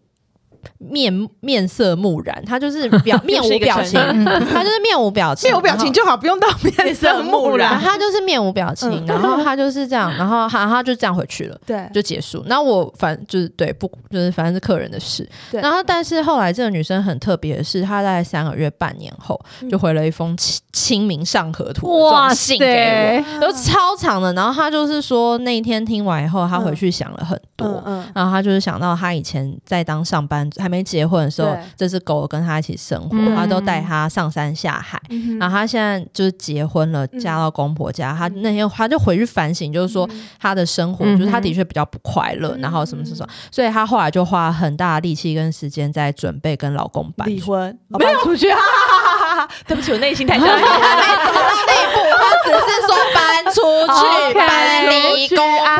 Speaker 2: 面面色木然，她就是表面
Speaker 1: 是
Speaker 2: 无
Speaker 1: 一个
Speaker 2: 表
Speaker 1: 成
Speaker 2: 情，
Speaker 4: 嗯
Speaker 1: 人
Speaker 2: 她就是面无表情，
Speaker 4: 面无表情
Speaker 2: 然后。
Speaker 4: 就好，不用到面色木
Speaker 2: 然
Speaker 4: 然
Speaker 2: 后。她就是面无表情，
Speaker 1: 嗯
Speaker 2: 然后她就是这样，然后她她就这样回去了。
Speaker 1: 对，
Speaker 2: 就结束。那我反就是对不就是反正是客人的事。
Speaker 1: 对
Speaker 2: 然后但是后来这个女生很特别的是，她在三个月半年后
Speaker 1: 嗯
Speaker 2: 就回了一封清清明上河图的这
Speaker 3: 哇
Speaker 2: 种信给
Speaker 3: 塞，
Speaker 2: 哎我，都超长的。然后她就是说那一天听完以后，她回去想了很多。
Speaker 1: 嗯嗯，
Speaker 2: 然后她就是想到她以前在当上班还没结婚的时候
Speaker 1: 对，
Speaker 2: 这只狗跟她一起生活，
Speaker 3: 嗯
Speaker 2: 她都带它上山下海。
Speaker 1: 嗯
Speaker 2: 然后她现在就是结婚了，
Speaker 1: 嗯
Speaker 2: 嫁到公婆家。她
Speaker 1: 嗯
Speaker 2: 那天她就回去反省，就是说，他的生活，
Speaker 3: 嗯哼
Speaker 2: 就是他的确比较不快乐，
Speaker 1: 嗯
Speaker 2: 然后什么什么什么，所以他后来就花很大的力气跟时间在准备跟老公搬
Speaker 1: 离
Speaker 2: 出
Speaker 1: 婚，哦没有出去，哈哈哈哈哈哈！对不起，我内心太小了。
Speaker 2: 那一步，他只是说搬出去，
Speaker 3: OK 啊
Speaker 2: 搬离公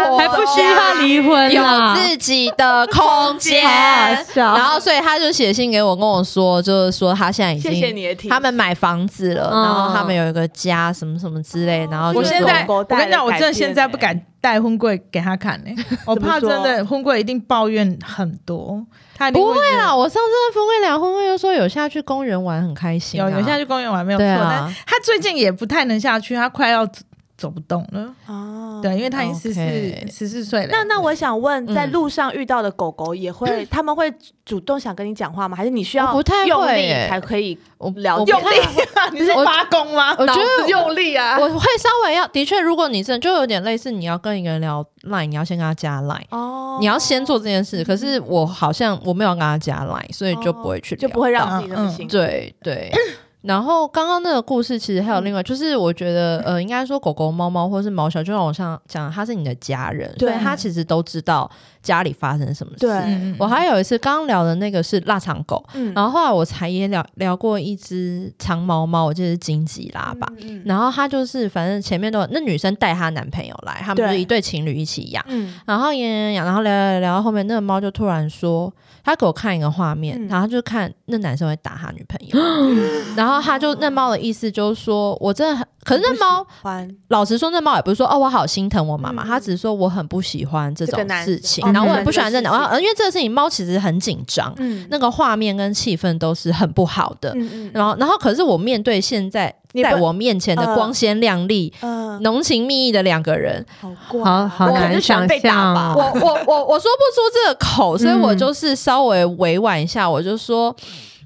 Speaker 2: 婆，
Speaker 3: 还不需要离婚啦
Speaker 2: 啊有，自己的空 间。
Speaker 3: 好好笑
Speaker 2: 然后，所以他就写信给我，跟我说，就是说他现在已经
Speaker 1: 谢谢你的提醒
Speaker 2: 他们买房子了，
Speaker 3: 嗯
Speaker 2: 然后他们有一个家，什么什么之类，然后就
Speaker 4: 我
Speaker 2: 是
Speaker 4: 现
Speaker 2: 说
Speaker 4: 在，
Speaker 1: 狗狗
Speaker 4: 我
Speaker 1: 带
Speaker 4: 跟你讲，
Speaker 1: 的
Speaker 4: 我
Speaker 1: 改
Speaker 4: 真的现
Speaker 1: 变
Speaker 4: 在
Speaker 1: 欸
Speaker 4: 不敢带婚柜给他看呢、我
Speaker 1: 怎么
Speaker 4: 怕真
Speaker 1: 说
Speaker 4: 的婚柜一定抱怨很多，他一定
Speaker 2: 不会啊
Speaker 4: 觉得
Speaker 2: 啦，我上次跟冯慧良婚会又说有下去公园玩很开心啊、
Speaker 4: 有有下去公园玩没有错，
Speaker 2: 对啊
Speaker 4: 但他最近也不太能下去，他快要走走不动了。
Speaker 1: 哦
Speaker 4: 对，因为他已经十四
Speaker 2: OK
Speaker 4: 十四岁了。
Speaker 1: 那那我想问，在
Speaker 2: 嗯
Speaker 1: 路上遇到的狗狗也 会，他们会主动想跟你讲话吗？还是你需要
Speaker 2: 我不太
Speaker 1: 用
Speaker 2: 会
Speaker 1: 力
Speaker 2: 耶
Speaker 1: 才可以？
Speaker 2: 我
Speaker 1: 了
Speaker 2: 我
Speaker 1: 解
Speaker 2: 不
Speaker 4: 用
Speaker 2: 太
Speaker 4: 力啊， 你是
Speaker 2: 我
Speaker 4: 发功吗？
Speaker 2: 我觉得
Speaker 4: 脑子用力啊，
Speaker 2: 我会稍微要，的确，如果你真的就有点类似，你要跟一个人聊 line，你要先跟他加 line，、
Speaker 1: 哦
Speaker 2: 你要先做这件事。可是我好像我没有跟他加 line，所以哦就不会去聊
Speaker 1: 就不会让
Speaker 2: 到
Speaker 1: 自己那么辛苦。
Speaker 2: 对对。 然后刚刚那个故事其实还有
Speaker 1: 嗯
Speaker 2: 另外，就是我觉得呃，应该说狗狗、猫猫或是毛小，就像我上讲，它是你的家人，
Speaker 1: 对
Speaker 2: 所以它其实都知道家里发生什么事。
Speaker 1: 对
Speaker 4: 嗯
Speaker 2: 我还有一次刚聊的那个是腊肠狗，
Speaker 1: 嗯
Speaker 2: 然后后来我才也聊聊过一只长毛猫，我记得是金吉拉吧，
Speaker 1: 嗯
Speaker 2: 然后她就是，反正前面都有那女生带她男朋友来，他们就是
Speaker 1: 对
Speaker 2: 一对情侣一起养，
Speaker 1: 嗯，
Speaker 2: 然后养养养，然后聊聊聊到后面，那个猫就突然说，他给我看一个画面，
Speaker 1: 嗯
Speaker 2: 然后就看那男生会打他女朋友， 然后他就那猫的意思就是说我真的很，可是那猫
Speaker 1: 还
Speaker 2: 老实说，那猫也不是说哦我好心疼我妈妈，
Speaker 1: 嗯
Speaker 2: 它只是说我很不喜欢这
Speaker 1: 这
Speaker 2: 种
Speaker 1: 个男
Speaker 2: 事情，
Speaker 1: 哦
Speaker 2: 然后我
Speaker 1: 这
Speaker 2: 很
Speaker 1: 个
Speaker 2: 不喜欢这
Speaker 1: 事情
Speaker 2: 种，然后因为这个事情猫其实很紧张，
Speaker 1: 嗯
Speaker 2: 那个画面跟气氛都是很不好的，
Speaker 1: 嗯
Speaker 2: 然后，然后可是我面对现在
Speaker 1: 你不
Speaker 2: 在我面前的
Speaker 1: 呃
Speaker 2: 光鲜亮丽、
Speaker 1: 嗯，
Speaker 2: 浓情蜜意的两个人，
Speaker 1: 好怪，
Speaker 3: 好好
Speaker 1: 我可能
Speaker 3: 难
Speaker 1: 是想
Speaker 3: 想
Speaker 1: 被打吧
Speaker 3: 象哦
Speaker 2: 我。我我我说不出这个口，所以
Speaker 3: 嗯
Speaker 2: 我就是稍微委婉一下，我就说，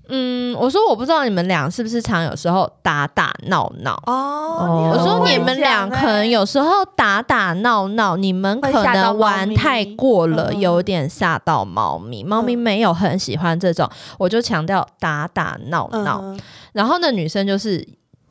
Speaker 2: 嗯，我说我不知道你们俩是不是常有时候打打闹闹。
Speaker 1: 哦，
Speaker 2: 我
Speaker 1: 很
Speaker 2: 说
Speaker 1: 会
Speaker 2: 你们俩
Speaker 1: 讲
Speaker 2: 可能
Speaker 1: 欸
Speaker 2: 有时候打打闹闹，你们可
Speaker 1: 会吓到
Speaker 2: 能
Speaker 1: 猫咪
Speaker 2: 玩太过了，
Speaker 1: 嗯
Speaker 2: 有点吓到猫咪。猫咪
Speaker 1: 嗯
Speaker 2: 没有很喜欢这种，我就强调打打闹闹。
Speaker 1: 嗯
Speaker 2: 然后那女生就是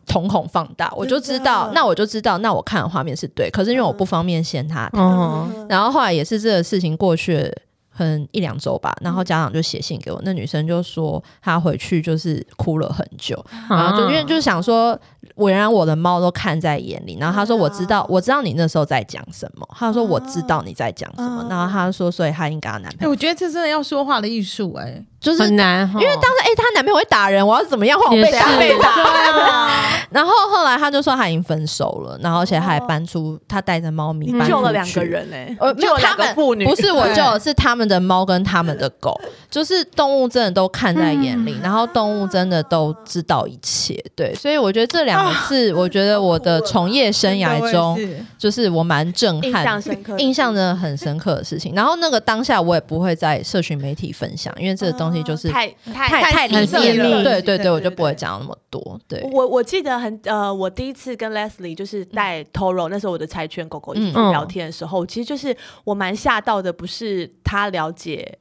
Speaker 2: 瞳孔放大，我就知道，那我就知道，那我看的画面是对，可是因为
Speaker 1: 嗯
Speaker 2: 我不方便掀她。
Speaker 3: 哦，
Speaker 1: 后
Speaker 2: 然后后来也是这个事情过去了可能一两周吧，
Speaker 1: 嗯
Speaker 2: 然后家长就写信给我，那女生就说她回去就是哭了很久，然啊
Speaker 1: 啊
Speaker 2: 后就因为就是想说，我原来我的猫都看在眼里，然后她说
Speaker 1: 对啊
Speaker 2: 我知道，我知道你那时候在讲什么，她说我知道你在讲什么
Speaker 1: 嗯，
Speaker 2: 然后她说所以她应该她男
Speaker 4: 哎，
Speaker 2: 朋友
Speaker 4: 我觉得这真的要说话的艺术哎，
Speaker 2: 就是。
Speaker 3: 很难齁，因为
Speaker 1: 哦
Speaker 2: 她说：“哎、她男朋友会打人，我要怎么样？换我被
Speaker 3: 也
Speaker 2: 打
Speaker 3: 是
Speaker 2: 被打。”
Speaker 1: 啊，
Speaker 2: 然后后来他就说他已经分手了，然后而且他还搬出，他带着猫咪
Speaker 3: 嗯
Speaker 2: 搬出去
Speaker 1: 哦救了两个，人哎，
Speaker 2: 呃，没
Speaker 1: 救
Speaker 2: 有
Speaker 1: 了两
Speaker 2: 他
Speaker 1: 个
Speaker 2: 们
Speaker 1: 妇女，
Speaker 2: 不是我
Speaker 4: 对
Speaker 2: 救，是他们的猫跟他们的狗，就是动物真的都看在眼
Speaker 1: 嗯
Speaker 2: 里，然后动物真的都知道一切，对，所以我觉得这两个是我觉得我的从业生涯中
Speaker 4: 真的我也是
Speaker 2: 就是我蛮震
Speaker 1: 印
Speaker 2: 撼
Speaker 1: 象。深刻，
Speaker 2: 印象真的很深刻的事情，然后那个当下我也不会在社群媒体分享，因为这个东西就是
Speaker 1: 太
Speaker 2: 太
Speaker 1: 太
Speaker 2: 里
Speaker 1: 深
Speaker 2: 面
Speaker 1: 刻
Speaker 2: 了，
Speaker 1: 了
Speaker 2: 对对对，我就不会
Speaker 4: 对
Speaker 2: 讲那么多，对。
Speaker 1: 我我记得很呃，我第一次跟 Leslie 就是带 Toro，、那时候我的柴犬狗狗一起去
Speaker 3: 嗯
Speaker 1: 聊天的时候，其实就是我蛮吓到的，不是他了解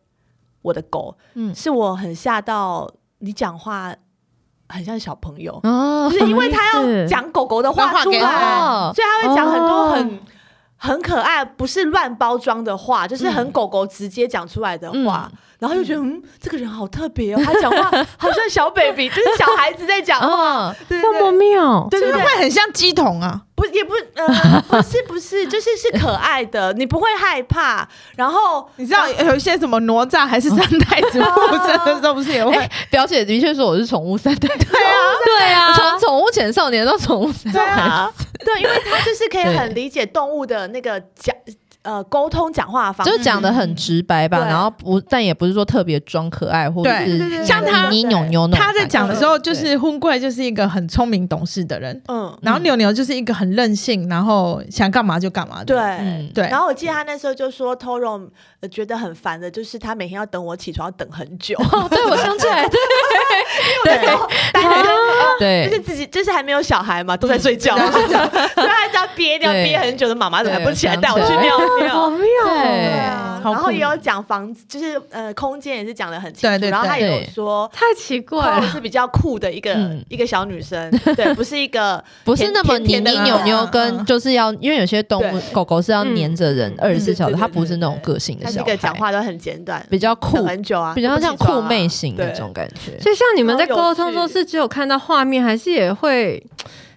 Speaker 1: 我的狗，
Speaker 2: 嗯
Speaker 1: 是我很吓到你讲话很像小朋友，
Speaker 2: 哦
Speaker 1: 就是因为他
Speaker 3: 什么意
Speaker 1: 要
Speaker 3: 思
Speaker 1: 讲狗狗的
Speaker 4: 把
Speaker 1: 话
Speaker 4: 话
Speaker 1: 出
Speaker 4: 给
Speaker 2: 哦
Speaker 1: 来，
Speaker 4: 他
Speaker 1: 所以他会讲很多很。很可爱，不是乱包装的话，就是很狗狗直接讲出来的话，然后就觉得嗯，这个人好特别哦，他讲话好像小 baby，就是小孩子在讲话，
Speaker 2: 嗯，
Speaker 1: 对
Speaker 3: 这么
Speaker 1: 对
Speaker 3: 妙，
Speaker 1: 对对
Speaker 4: 就
Speaker 1: 对，
Speaker 4: 会很像鸡桶啊，
Speaker 1: 不也不呃不是不是，就是是可爱的，你不会害怕，然后
Speaker 4: 你知道有一些什么哪吒还是三太 子附身的时候，不是也会？
Speaker 2: 表姐的确说我是宠物三代，对啊，
Speaker 3: 对啊
Speaker 2: 从，宠物前少年到宠物三
Speaker 1: 对
Speaker 2: 代，
Speaker 1: 啊，对，因为他就是可以
Speaker 2: 对
Speaker 1: 很理解动物的那个讲呃沟通讲话的方式，
Speaker 2: 就讲的很直白吧，
Speaker 1: 对
Speaker 2: 然后不，但也不是说特别装可爱或者
Speaker 4: 对
Speaker 1: 对对
Speaker 2: 是
Speaker 1: 对
Speaker 4: 像他
Speaker 2: 你扭扭那种
Speaker 4: 他在
Speaker 2: 感觉
Speaker 4: 讲的时候，就是婚贵就是一个很聪明懂事的人，
Speaker 1: 嗯，
Speaker 4: 然后牛牛就是一个很任性，然后想干嘛就干嘛的
Speaker 1: 对。
Speaker 4: 人。
Speaker 2: 嗯
Speaker 4: 对
Speaker 1: 然后我记得他那时候就说，Toro 呃觉得很烦的，就是他每天要等我起床，要等很久。
Speaker 2: 哦，对我想 起来，对
Speaker 1: 对，但是啊就是
Speaker 2: 对
Speaker 1: 自己就是还没有小孩嘛，都在睡觉，
Speaker 4: 嗯
Speaker 1: 所以他这样憋尿
Speaker 2: 对
Speaker 1: 憋很久的妈妈怎么还不起来
Speaker 2: 对
Speaker 1: 带我去
Speaker 2: 我
Speaker 1: 尿
Speaker 3: 好
Speaker 1: 尿？
Speaker 3: 妙
Speaker 1: 对
Speaker 3: 哦，
Speaker 1: 啊，
Speaker 4: 好
Speaker 1: 然
Speaker 4: 酷
Speaker 1: 后也有讲房子，就是呃空间也是讲的很清
Speaker 4: 对
Speaker 1: 楚，
Speaker 4: 对
Speaker 1: 然后他也有
Speaker 2: 对
Speaker 1: 说。
Speaker 3: 太奇怪
Speaker 1: 她
Speaker 3: 了，
Speaker 1: 是比较酷的一个、
Speaker 2: 嗯
Speaker 1: 一个小女生， 对，不是一个
Speaker 2: 不是那么你
Speaker 1: 甜甜
Speaker 2: 你
Speaker 1: 的
Speaker 2: 扭扭，
Speaker 4: 嗯
Speaker 2: 跟
Speaker 4: 嗯
Speaker 2: 就是要，因为有些动物
Speaker 1: 对嗯
Speaker 2: 狗狗是要黏着人二十四小时，
Speaker 1: 对对
Speaker 2: 它不是那种个性的
Speaker 1: 她是
Speaker 2: 小
Speaker 1: 一个
Speaker 2: 孩，
Speaker 1: 讲话都很简短，
Speaker 2: 比较酷
Speaker 1: 等，很久啊，
Speaker 2: 比较像
Speaker 1: 不起床
Speaker 2: 酷
Speaker 1: 啊
Speaker 2: 妹型
Speaker 1: 对
Speaker 2: 那种感觉。
Speaker 3: 就像你们在沟通
Speaker 1: 好有
Speaker 3: 中
Speaker 1: 趣
Speaker 3: 是只有看到画面，还是也会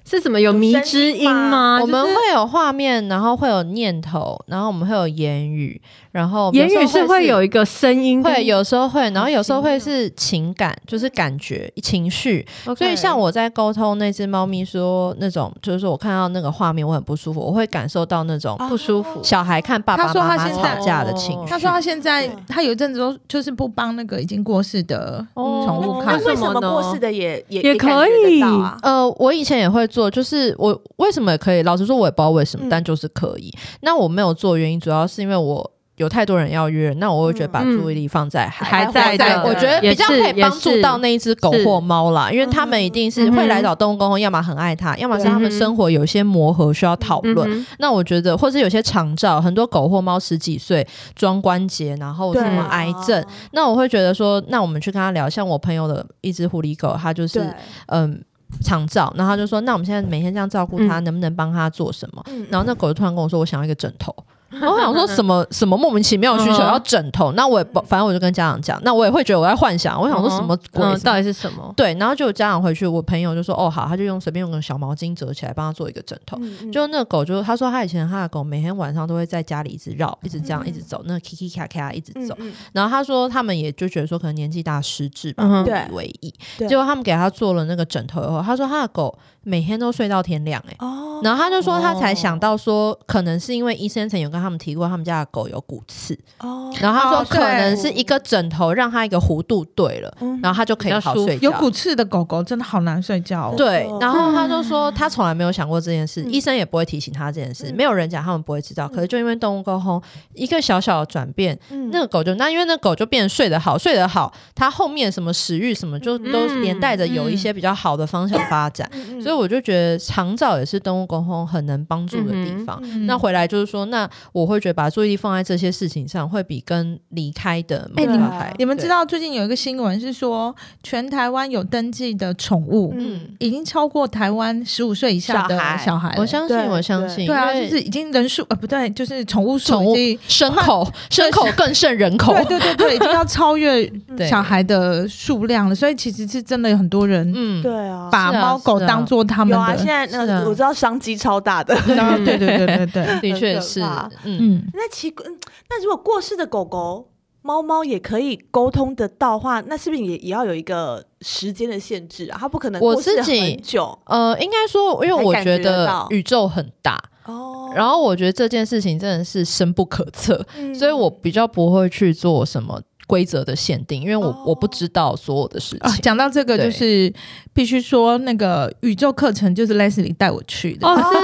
Speaker 3: 是什么有迷之音吗？
Speaker 2: 我们
Speaker 3: 啊就是
Speaker 2: 会有画面，然后会有念头，然后我们会有言语，然后
Speaker 3: 言
Speaker 2: 有
Speaker 3: 语
Speaker 2: 时
Speaker 3: 是
Speaker 2: 候
Speaker 3: 会
Speaker 2: 是
Speaker 3: 有一个声音跟，
Speaker 2: 会有时候会，然后有时候
Speaker 3: 好
Speaker 2: 会
Speaker 3: 奇妙
Speaker 2: 是情感，就是感觉情绪。
Speaker 3: OK，
Speaker 2: 所以像我在沟通那只猫咪说那种，就是说我看到那个画面我很不舒服，我会感受到那种
Speaker 1: 啊
Speaker 3: 不舒服，
Speaker 2: 小孩看爸爸
Speaker 4: 他说
Speaker 2: 妈
Speaker 4: 他
Speaker 2: 妈
Speaker 4: 现在
Speaker 2: 吵架的情绪。
Speaker 4: 他说他现在
Speaker 1: 嗯
Speaker 4: 他有一阵子都就是不帮那个已经过世的
Speaker 3: 哦
Speaker 4: 宠物
Speaker 1: 那
Speaker 4: 看
Speaker 1: 那，为什么
Speaker 3: 呢
Speaker 1: 过世的也也
Speaker 3: 也
Speaker 1: 感觉
Speaker 3: 可以
Speaker 1: 得到啊？
Speaker 2: 呃，我以前也会做，就是我为什么也可以，老实说我也不知道为什么，
Speaker 1: 嗯
Speaker 2: 但就是可以。那我没有做，原因主要是因为我有太多人要约，那我会觉得把
Speaker 3: 嗯
Speaker 2: 注意力放在孩子
Speaker 3: 还在
Speaker 4: 还
Speaker 3: 的
Speaker 4: 在，
Speaker 2: 我觉得
Speaker 3: 也
Speaker 2: 比较
Speaker 3: 是
Speaker 2: 可以帮助到。
Speaker 3: 也是嗯
Speaker 2: 那一只狗或猫啦，因为他们一定是会来找动物沟通，要么很爱它，要么是他们生活有一些磨合需要讨论。
Speaker 3: 嗯哼
Speaker 2: 那我觉得，或是有些长照，很多狗或猫十几岁装关节，然后
Speaker 1: 对
Speaker 2: 什么癌
Speaker 1: 哦
Speaker 2: 症，那我会觉得说，那我们去跟他聊。像我朋友的一只狐狸狗，它就是
Speaker 1: 对，
Speaker 2: 嗯长照，然后他就说，那我们现在每天这样照顾
Speaker 3: 嗯
Speaker 2: 它，能不能帮它做什么？
Speaker 1: 嗯
Speaker 2: 然后那狗就突然跟我说，我想要一个枕头。然后我想说什么什么莫名其妙的需求
Speaker 3: 嗯哼
Speaker 2: 要枕头，那我也不反正我就跟家长讲，那我也会觉得我在幻想，我想说什么鬼
Speaker 3: 嗯，
Speaker 2: 什么
Speaker 3: 到底是什么？
Speaker 2: 对，然后就家长回去，我朋友就说哦好，他就用随便用个小毛巾折起来帮他做一个枕头。
Speaker 1: 嗯
Speaker 2: 就那个狗就他说他以前他的狗每天晚上都会在家里一直绕，一直这
Speaker 3: 嗯
Speaker 2: 样一直走，那 kiki 咔咔一直走。，
Speaker 1: 嗯嗯
Speaker 2: 然后他说他们也就觉得说可能年纪大失智吧，
Speaker 3: 嗯哼
Speaker 2: 不
Speaker 1: 对
Speaker 2: 以为意。
Speaker 1: 对
Speaker 2: 结果他们给他做了那个枕头以后，他说他的狗每天都睡到天亮、欸，哎。
Speaker 1: 哦，
Speaker 2: 然后他就说，他才想到说，可能是因为医生曾有跟他们提过，他们家的狗有骨刺。
Speaker 1: 哦，
Speaker 2: 然后他
Speaker 4: 哦
Speaker 2: 说，
Speaker 4: 对
Speaker 2: 可能是一个枕头让他一个弧度对了，
Speaker 1: 嗯
Speaker 2: 然后他就可以
Speaker 3: 比较
Speaker 2: 好
Speaker 3: 舒服
Speaker 2: 睡觉。
Speaker 4: 有骨刺的狗狗真的好难睡觉哦。
Speaker 2: 对
Speaker 1: 哦，
Speaker 2: 然后他就说他从来没有想过这件事，
Speaker 1: 嗯
Speaker 2: 医生也不会提醒他这件事，
Speaker 1: 嗯
Speaker 2: 没有人讲，他们不会知道。可是就因为动物沟通，一个小小的转变，
Speaker 1: 嗯
Speaker 2: 那个狗就那因为那狗就变得睡得好，睡得好，它后面什么食欲什么就都
Speaker 3: 嗯
Speaker 2: 连带着有一些比较好的方向发展。
Speaker 1: 嗯嗯
Speaker 2: 所以我就觉得长照也是动物沟通很能帮助的地方。
Speaker 4: 嗯
Speaker 2: 那回来就是说，那我会觉得把注意力放在这些事情上，会比跟离开的
Speaker 4: 哎
Speaker 1: 你们
Speaker 2: 小孩
Speaker 4: 你们
Speaker 2: 对
Speaker 4: 知道最近有一个新闻是说，全台湾有登记的宠物
Speaker 1: 嗯，
Speaker 4: 已经超过台湾十五岁以下的
Speaker 1: 小孩
Speaker 4: 小孩了。
Speaker 2: 我相信，
Speaker 1: 对
Speaker 2: 我相
Speaker 1: 对
Speaker 2: 信，
Speaker 4: 对啊，
Speaker 2: 因
Speaker 4: 就
Speaker 2: 为
Speaker 4: 是已经人数呃不对，就是宠物数
Speaker 2: 宠物
Speaker 4: 已经
Speaker 2: 牲口，牲口更胜人口。
Speaker 4: 对对对对，已经要超越
Speaker 2: 对
Speaker 4: 小孩的数量了。所以其实是真的有很多人
Speaker 2: 嗯，
Speaker 1: 对啊，
Speaker 4: 把
Speaker 2: 是啊
Speaker 4: 猫狗
Speaker 2: 是啊
Speaker 4: 当做他们
Speaker 1: 有啊，现
Speaker 4: 的。
Speaker 1: 在那
Speaker 2: 是啊
Speaker 1: 个我知道商机超大的。
Speaker 4: 对对对对对 对，
Speaker 2: 的确
Speaker 1: 很可
Speaker 2: 是
Speaker 1: 怕，
Speaker 2: 嗯，
Speaker 4: 嗯，
Speaker 1: 那奇怪，嗯那如果过世的狗狗、猫猫也可以沟通得到的话，那是不是也也要有一个时间的限制啊？它不可能
Speaker 2: 我
Speaker 1: 过世
Speaker 2: 自己
Speaker 1: 很久
Speaker 2: 呃，应该说，因为
Speaker 1: 才
Speaker 2: 我
Speaker 1: 感
Speaker 2: 觉
Speaker 1: 觉得
Speaker 2: 得
Speaker 1: 到
Speaker 2: 宇宙很大，
Speaker 1: 哦
Speaker 2: 然后我觉得这件事情真的是深不可测，
Speaker 1: 嗯
Speaker 2: 所以我比较不会去做什么规则的限定，因为我、我不知道所有的事
Speaker 4: 哦啊，
Speaker 2: 情。
Speaker 4: 讲到这个
Speaker 2: 对
Speaker 4: 就是必须说那个宇宙课程就是 Leslie 带我去 的，
Speaker 3: 哦，是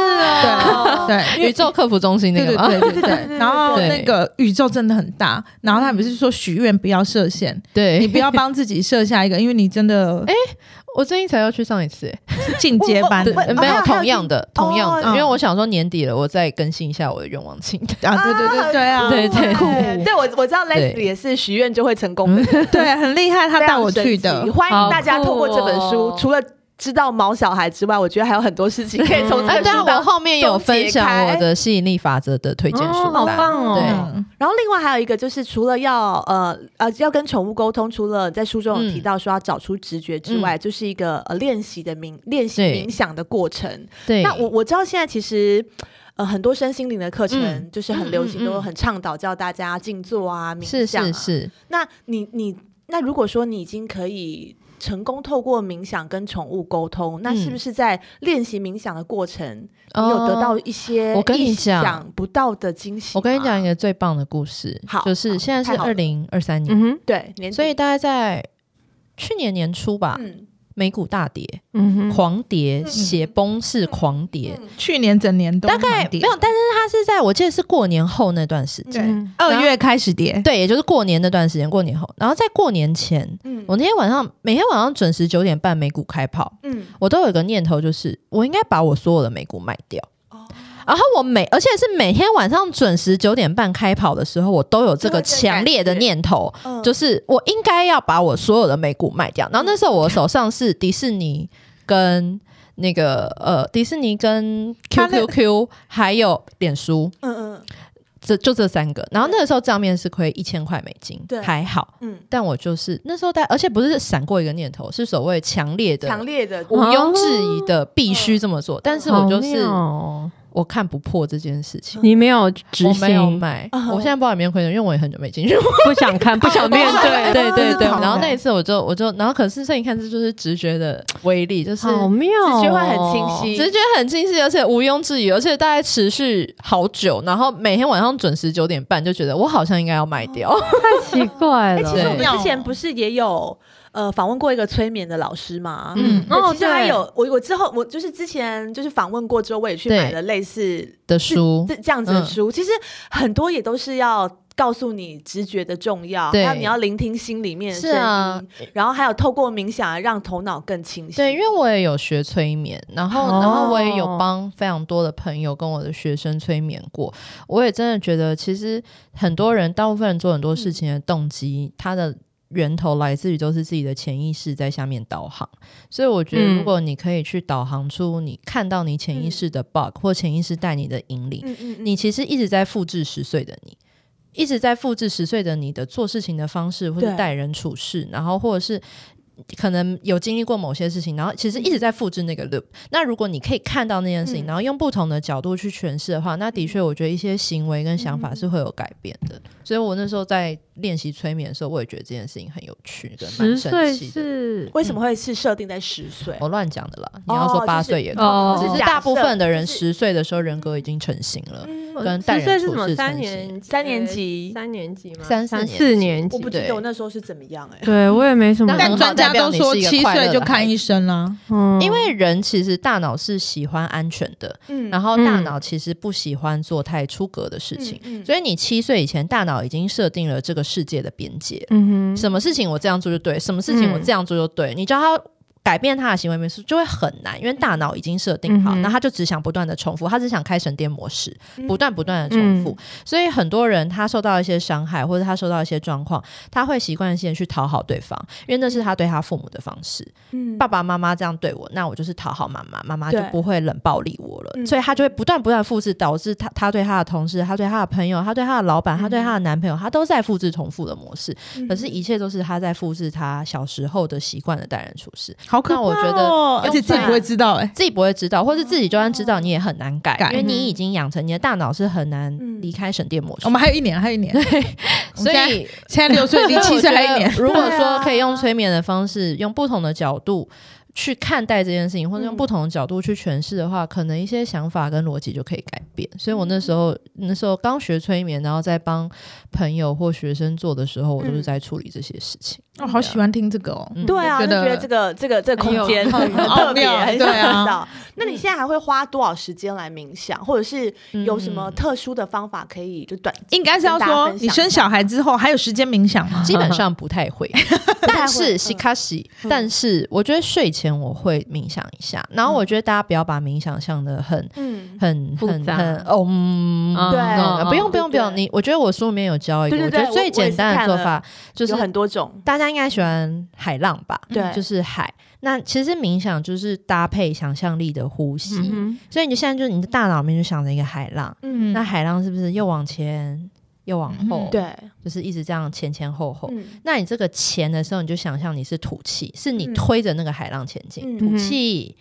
Speaker 1: 哦
Speaker 3: 哦，
Speaker 4: 对，因为
Speaker 2: 宇宙客服中心那
Speaker 4: 对
Speaker 2: 个
Speaker 4: 对
Speaker 2: 吗？
Speaker 4: 对对 对，然后
Speaker 2: 对
Speaker 4: 那个宇宙真的很大，然后他们是说许愿不要设限，
Speaker 2: 对哎
Speaker 4: 你不要帮自己设下一个，因为你真的
Speaker 2: 我最近才要去上一次、 欸
Speaker 4: 是进阶班
Speaker 2: 对
Speaker 4: 的
Speaker 1: 我我
Speaker 2: 没有
Speaker 1: 哦还有
Speaker 2: 同样的，同样的，
Speaker 4: 哦
Speaker 2: 因为我想说年底了，我再更新一下我的愿望清 单。
Speaker 4: 啊，对对对对啊，
Speaker 2: 对对
Speaker 1: 酷
Speaker 2: 对
Speaker 1: 对我我知道
Speaker 2: 对
Speaker 1: Leslie 也是许愿就会成功的人，
Speaker 4: 对，很厉害，他带我去
Speaker 1: 非常神
Speaker 4: 的
Speaker 1: 奇。欢迎大家
Speaker 3: 好酷
Speaker 1: 透过这本书，
Speaker 3: 哦
Speaker 1: 除了知道毛小孩之外，我觉得还有很多事情可以从这
Speaker 2: 哎，
Speaker 1: 个
Speaker 2: 对啊，
Speaker 1: 书
Speaker 2: 我
Speaker 1: 当
Speaker 2: 后面有分享我的吸引力法则的推荐书
Speaker 3: 哦好
Speaker 2: 单
Speaker 3: 棒哦
Speaker 2: 对，
Speaker 4: 嗯
Speaker 1: 然后另外还有一个就是，除了要呃呃要跟宠物沟通，除了在书中有提到说要找出直觉之外，就是一个呃练习的冥练习
Speaker 2: 嗯对
Speaker 1: 冥想的过程。
Speaker 2: 对，
Speaker 1: 那我我知道现在其实。呃，很多身心灵的课程
Speaker 2: 嗯
Speaker 1: 就是很流行，
Speaker 2: 嗯嗯嗯
Speaker 1: 都很倡导叫大家静坐啊、冥
Speaker 2: 是
Speaker 1: 想、
Speaker 2: 是。是，
Speaker 1: 那你你那如果说你已经可以成功透过冥想跟宠物沟通，
Speaker 2: 嗯
Speaker 1: 那是不是在练习冥想的过程，啊你有得
Speaker 2: 哦
Speaker 1: 到一些
Speaker 2: 我跟你
Speaker 1: 意
Speaker 2: 讲
Speaker 1: 想不到的惊喜吗？
Speaker 2: 我跟你讲一个最棒的故事，
Speaker 1: 好
Speaker 2: 就是现在
Speaker 1: 太
Speaker 2: 是
Speaker 1: 好
Speaker 2: 二
Speaker 1: 了
Speaker 2: 零二三年，
Speaker 3: 嗯哼，
Speaker 1: 对，年底
Speaker 2: 所以大概在去年年初吧，
Speaker 1: 嗯，
Speaker 2: 美股大跌，
Speaker 3: 嗯哼，
Speaker 2: 狂跌，
Speaker 1: 嗯
Speaker 2: 血崩式狂跌，
Speaker 4: 去年整年都
Speaker 2: 大概
Speaker 4: 蛮跌
Speaker 2: 没有，但是它是在我记得是过年后那段时间，
Speaker 4: 对
Speaker 3: 嗯
Speaker 4: 二月开始跌，
Speaker 2: 对，也就是过年那段时间，过年后，然后在过年前，
Speaker 1: 嗯
Speaker 2: 我那天晚上每天晚上准时九点半美股开跑，
Speaker 1: 嗯
Speaker 2: 我都有一个念头，就是我应该把我所有的美股卖掉。
Speaker 1: 哦
Speaker 2: 然后我每，而且是每天晚上准时九点半开跑的时候，我都有这个强烈的念头，
Speaker 1: 嗯
Speaker 2: 就是我应该要把我所有的美股卖掉。然后那时候我手上是迪士尼跟那个呃迪士尼跟
Speaker 4: 他那
Speaker 2: QQQ 还有脸书，
Speaker 1: 嗯嗯
Speaker 2: 这就这三个。然后那个时候账面是亏一千块美金
Speaker 1: 对，
Speaker 2: 还好。
Speaker 1: 嗯，
Speaker 2: 但我就是那时候在，而且不是闪过一个念头，是所谓强烈的
Speaker 1: 强烈的
Speaker 2: 毋庸置疑的必须这么做。但是我就
Speaker 3: 好
Speaker 2: 是
Speaker 3: 妙哦
Speaker 2: 我看不破这件事情，
Speaker 3: 你没有执
Speaker 2: 我没有
Speaker 3: 行，哦
Speaker 2: 买。
Speaker 1: 嗯
Speaker 2: 我现在不知道有没有亏损，因为我也很久没进去。
Speaker 3: 不想看，不想面对，
Speaker 2: 对对对。
Speaker 4: 好
Speaker 2: 然后那一次我就我就，然后可是所以你看，这就是直觉的威力，就是
Speaker 3: 好妙哦，
Speaker 1: 直觉会很清晰
Speaker 2: 直觉很清晰，而且毋庸置疑，而且大概持续好久，然后每天晚上准时九点半就觉得我好像应该要卖掉。
Speaker 3: 太奇怪
Speaker 1: 哎、
Speaker 3: 了。
Speaker 1: 其实我们
Speaker 4: 对
Speaker 1: 之前不是也有呃访问过一个催眠的老师吗？嗯
Speaker 4: 嗯
Speaker 3: 嗯，
Speaker 1: 哦，
Speaker 3: 哦，
Speaker 1: 其实还
Speaker 3: 对
Speaker 1: 有我，我之后我就是之前就是访问过之后，我也去
Speaker 2: 对
Speaker 1: 买了类似
Speaker 2: 的书
Speaker 1: 这这样子的
Speaker 2: 嗯
Speaker 1: 书。其实很多也都是要告诉你直觉的重要，还
Speaker 2: 对
Speaker 1: 有你要聆听心里面的
Speaker 2: 是
Speaker 1: 声音，
Speaker 2: 啊
Speaker 1: 然后还有透过冥想让头脑更清晰。
Speaker 2: 对，因为我也有学催眠，然后、
Speaker 3: 哦
Speaker 2: 然后我也有帮非常多的朋友跟我的学生催眠过。我也真的觉得，其实很多人，大部分人做很多
Speaker 3: 嗯
Speaker 2: 事情的动机，他的源头来自于都是自己的潜意识在下面导航。所以我觉得，
Speaker 3: 嗯
Speaker 2: 如果你可以去导航出你看到你潜意识的 bug、或潜意识带你的引领，
Speaker 1: 嗯嗯嗯
Speaker 2: 你其实一直在复制十岁的你，一直在复制十岁的你的做事情的方式，或
Speaker 1: 对
Speaker 2: 者待人处事，然后或者是。可能有经历过某些事情，然后其实一直在复制那个 loop。那如果你可以看到那件事情，
Speaker 1: 嗯
Speaker 2: 然后用不同的角度去诠释的话，那的确我觉得一些行为跟
Speaker 1: 嗯
Speaker 2: 想法是会有改变的。所以我那时候在练习催眠的时候，我也觉得这件事情很有趣，跟蛮
Speaker 3: 十
Speaker 2: 神
Speaker 3: 岁
Speaker 2: 奇的。
Speaker 3: 是
Speaker 1: 为什么会是设定在十岁？
Speaker 2: 我乱讲的啦，你要说
Speaker 1: 哦
Speaker 2: 八
Speaker 1: 就是
Speaker 2: 岁也可以，
Speaker 3: 哦
Speaker 2: 只
Speaker 3: 就是
Speaker 1: 假
Speaker 2: 大部
Speaker 1: 设
Speaker 2: 分的人
Speaker 1: 就是
Speaker 2: 十岁的时候人格已经成型了。
Speaker 1: 嗯
Speaker 2: 跟待
Speaker 3: 十
Speaker 2: 人
Speaker 3: 岁是
Speaker 2: 处
Speaker 3: 什么
Speaker 2: 事
Speaker 3: 三
Speaker 2: 成
Speaker 3: 年呃
Speaker 1: 三年级
Speaker 3: 三年级吗？
Speaker 2: 三四
Speaker 3: 三
Speaker 2: 年
Speaker 3: 四
Speaker 2: 级
Speaker 3: 年
Speaker 1: 我
Speaker 3: 级
Speaker 1: 不，知道我那时候是怎么样哎、
Speaker 3: 对我也没什么，
Speaker 2: 但
Speaker 4: 但
Speaker 2: 很
Speaker 4: 专家都说七岁就看医生啦。
Speaker 3: 嗯
Speaker 2: 因为人其实大脑是喜欢安全的，
Speaker 1: 嗯
Speaker 2: 然
Speaker 1: 后
Speaker 2: 后大脑其实不喜欢做太出格的事情，
Speaker 1: 嗯嗯
Speaker 2: 所以你七岁以前，大脑已经设定了这个世界的边界，
Speaker 3: 嗯哼，
Speaker 2: 什么事情我这样做就对，什么事情我
Speaker 3: 嗯
Speaker 2: 这样做就对，你叫他。改变他的行为模式就会很难，因为大脑已经设定好，
Speaker 3: 嗯哼
Speaker 2: 那、他就只想不断的重复，他只想开省电模式，
Speaker 3: 嗯
Speaker 2: 不断不断的重复。所以很多人他受到一些伤害，或者他受到一些状况，他会习惯性地去讨好对方，因为那是他对他父母的方式。
Speaker 1: 嗯
Speaker 2: 爸爸妈妈这样对我，那我就是讨好妈妈，妈妈就
Speaker 1: 对
Speaker 2: 不会冷暴力我了，
Speaker 1: 嗯
Speaker 2: 所以他就会不断不断复制，导致他他对他的同事、他对他的朋友、他对他的老板、
Speaker 1: 嗯
Speaker 2: 他对他的男朋友，他都在复制重复的模式。可是，一切都是他在复制他小时候的习惯的待人处事，
Speaker 4: 好可
Speaker 2: 那
Speaker 4: 怕
Speaker 2: 我觉得
Speaker 4: 哦，而且自己不会知道哎。
Speaker 2: 自己不会知道，或是自己就算知
Speaker 1: 哦
Speaker 2: 道，你也很难改，
Speaker 4: 改
Speaker 2: 因为你已经养成你的大脑是很难
Speaker 1: 嗯
Speaker 2: 离开省电模式。
Speaker 4: 我们还有一年，还有一年，我
Speaker 2: 所
Speaker 4: 们现在
Speaker 2: 以。
Speaker 4: 现在六岁离七岁还有一年
Speaker 2: 如果说可以用催眠的方式，用不同的角度去看待这件事情，或者用不同的角度去诠释的话，可能一些想法跟逻辑就可以改变。所以我那时候那时候刚学催眠，然后在帮朋友或学生做的时候，我都是在处理这些事情。
Speaker 4: 我好喜欢听这个哦。
Speaker 2: 嗯
Speaker 1: 对啊，就觉
Speaker 4: 觉得
Speaker 1: 得这个这个这个
Speaker 3: 很
Speaker 1: 空
Speaker 3: 有
Speaker 1: 间很
Speaker 4: 很
Speaker 1: 特别，
Speaker 4: 奥妙
Speaker 1: 很想
Speaker 4: 对啊
Speaker 1: 知道。那你现在还会花多少时间来冥想，或者是有什么
Speaker 2: 嗯
Speaker 1: 特殊的方法可以就短？
Speaker 4: 应该是要
Speaker 1: 跟大家
Speaker 4: 说
Speaker 1: 分享一下
Speaker 4: 你生小孩之后还有时间冥想吗？
Speaker 2: 基本上不太会，嗯但是
Speaker 1: 嗯
Speaker 2: 西卡西，但是我觉得睡前我会冥想一下，然后我觉得大家不要把冥想想的很
Speaker 1: 嗯，
Speaker 2: 很
Speaker 3: 复
Speaker 2: 很
Speaker 3: 杂
Speaker 2: 很哦，嗯
Speaker 3: 嗯
Speaker 1: 对
Speaker 2: 嗯
Speaker 1: 哦
Speaker 2: 不用不用不
Speaker 1: 对
Speaker 2: 用，你我觉得我书里面有教一个，
Speaker 1: 对对
Speaker 2: 我觉
Speaker 1: 对
Speaker 2: 得
Speaker 1: 我
Speaker 2: 最
Speaker 1: 我也
Speaker 2: 简
Speaker 1: 是
Speaker 2: 单
Speaker 1: 看
Speaker 2: 的做
Speaker 1: 了
Speaker 2: 法就是
Speaker 1: 有很多种，
Speaker 2: 大家应该喜欢海浪吧？
Speaker 1: 对
Speaker 2: 就是海。那其实冥想就是搭配想象力的呼吸，
Speaker 3: 嗯
Speaker 2: 所以你就现在就是你的大脑里面就想着一个海浪，
Speaker 1: 嗯
Speaker 2: 那海浪是不是又往前又往后？
Speaker 4: 嗯，
Speaker 1: 对，
Speaker 2: 就是一直这样前前后后。
Speaker 1: 嗯
Speaker 2: 那你这个前的时候，你就想象你是吐气，是你
Speaker 1: 嗯
Speaker 2: 推着那个海浪前进，
Speaker 1: 嗯
Speaker 2: 吐气，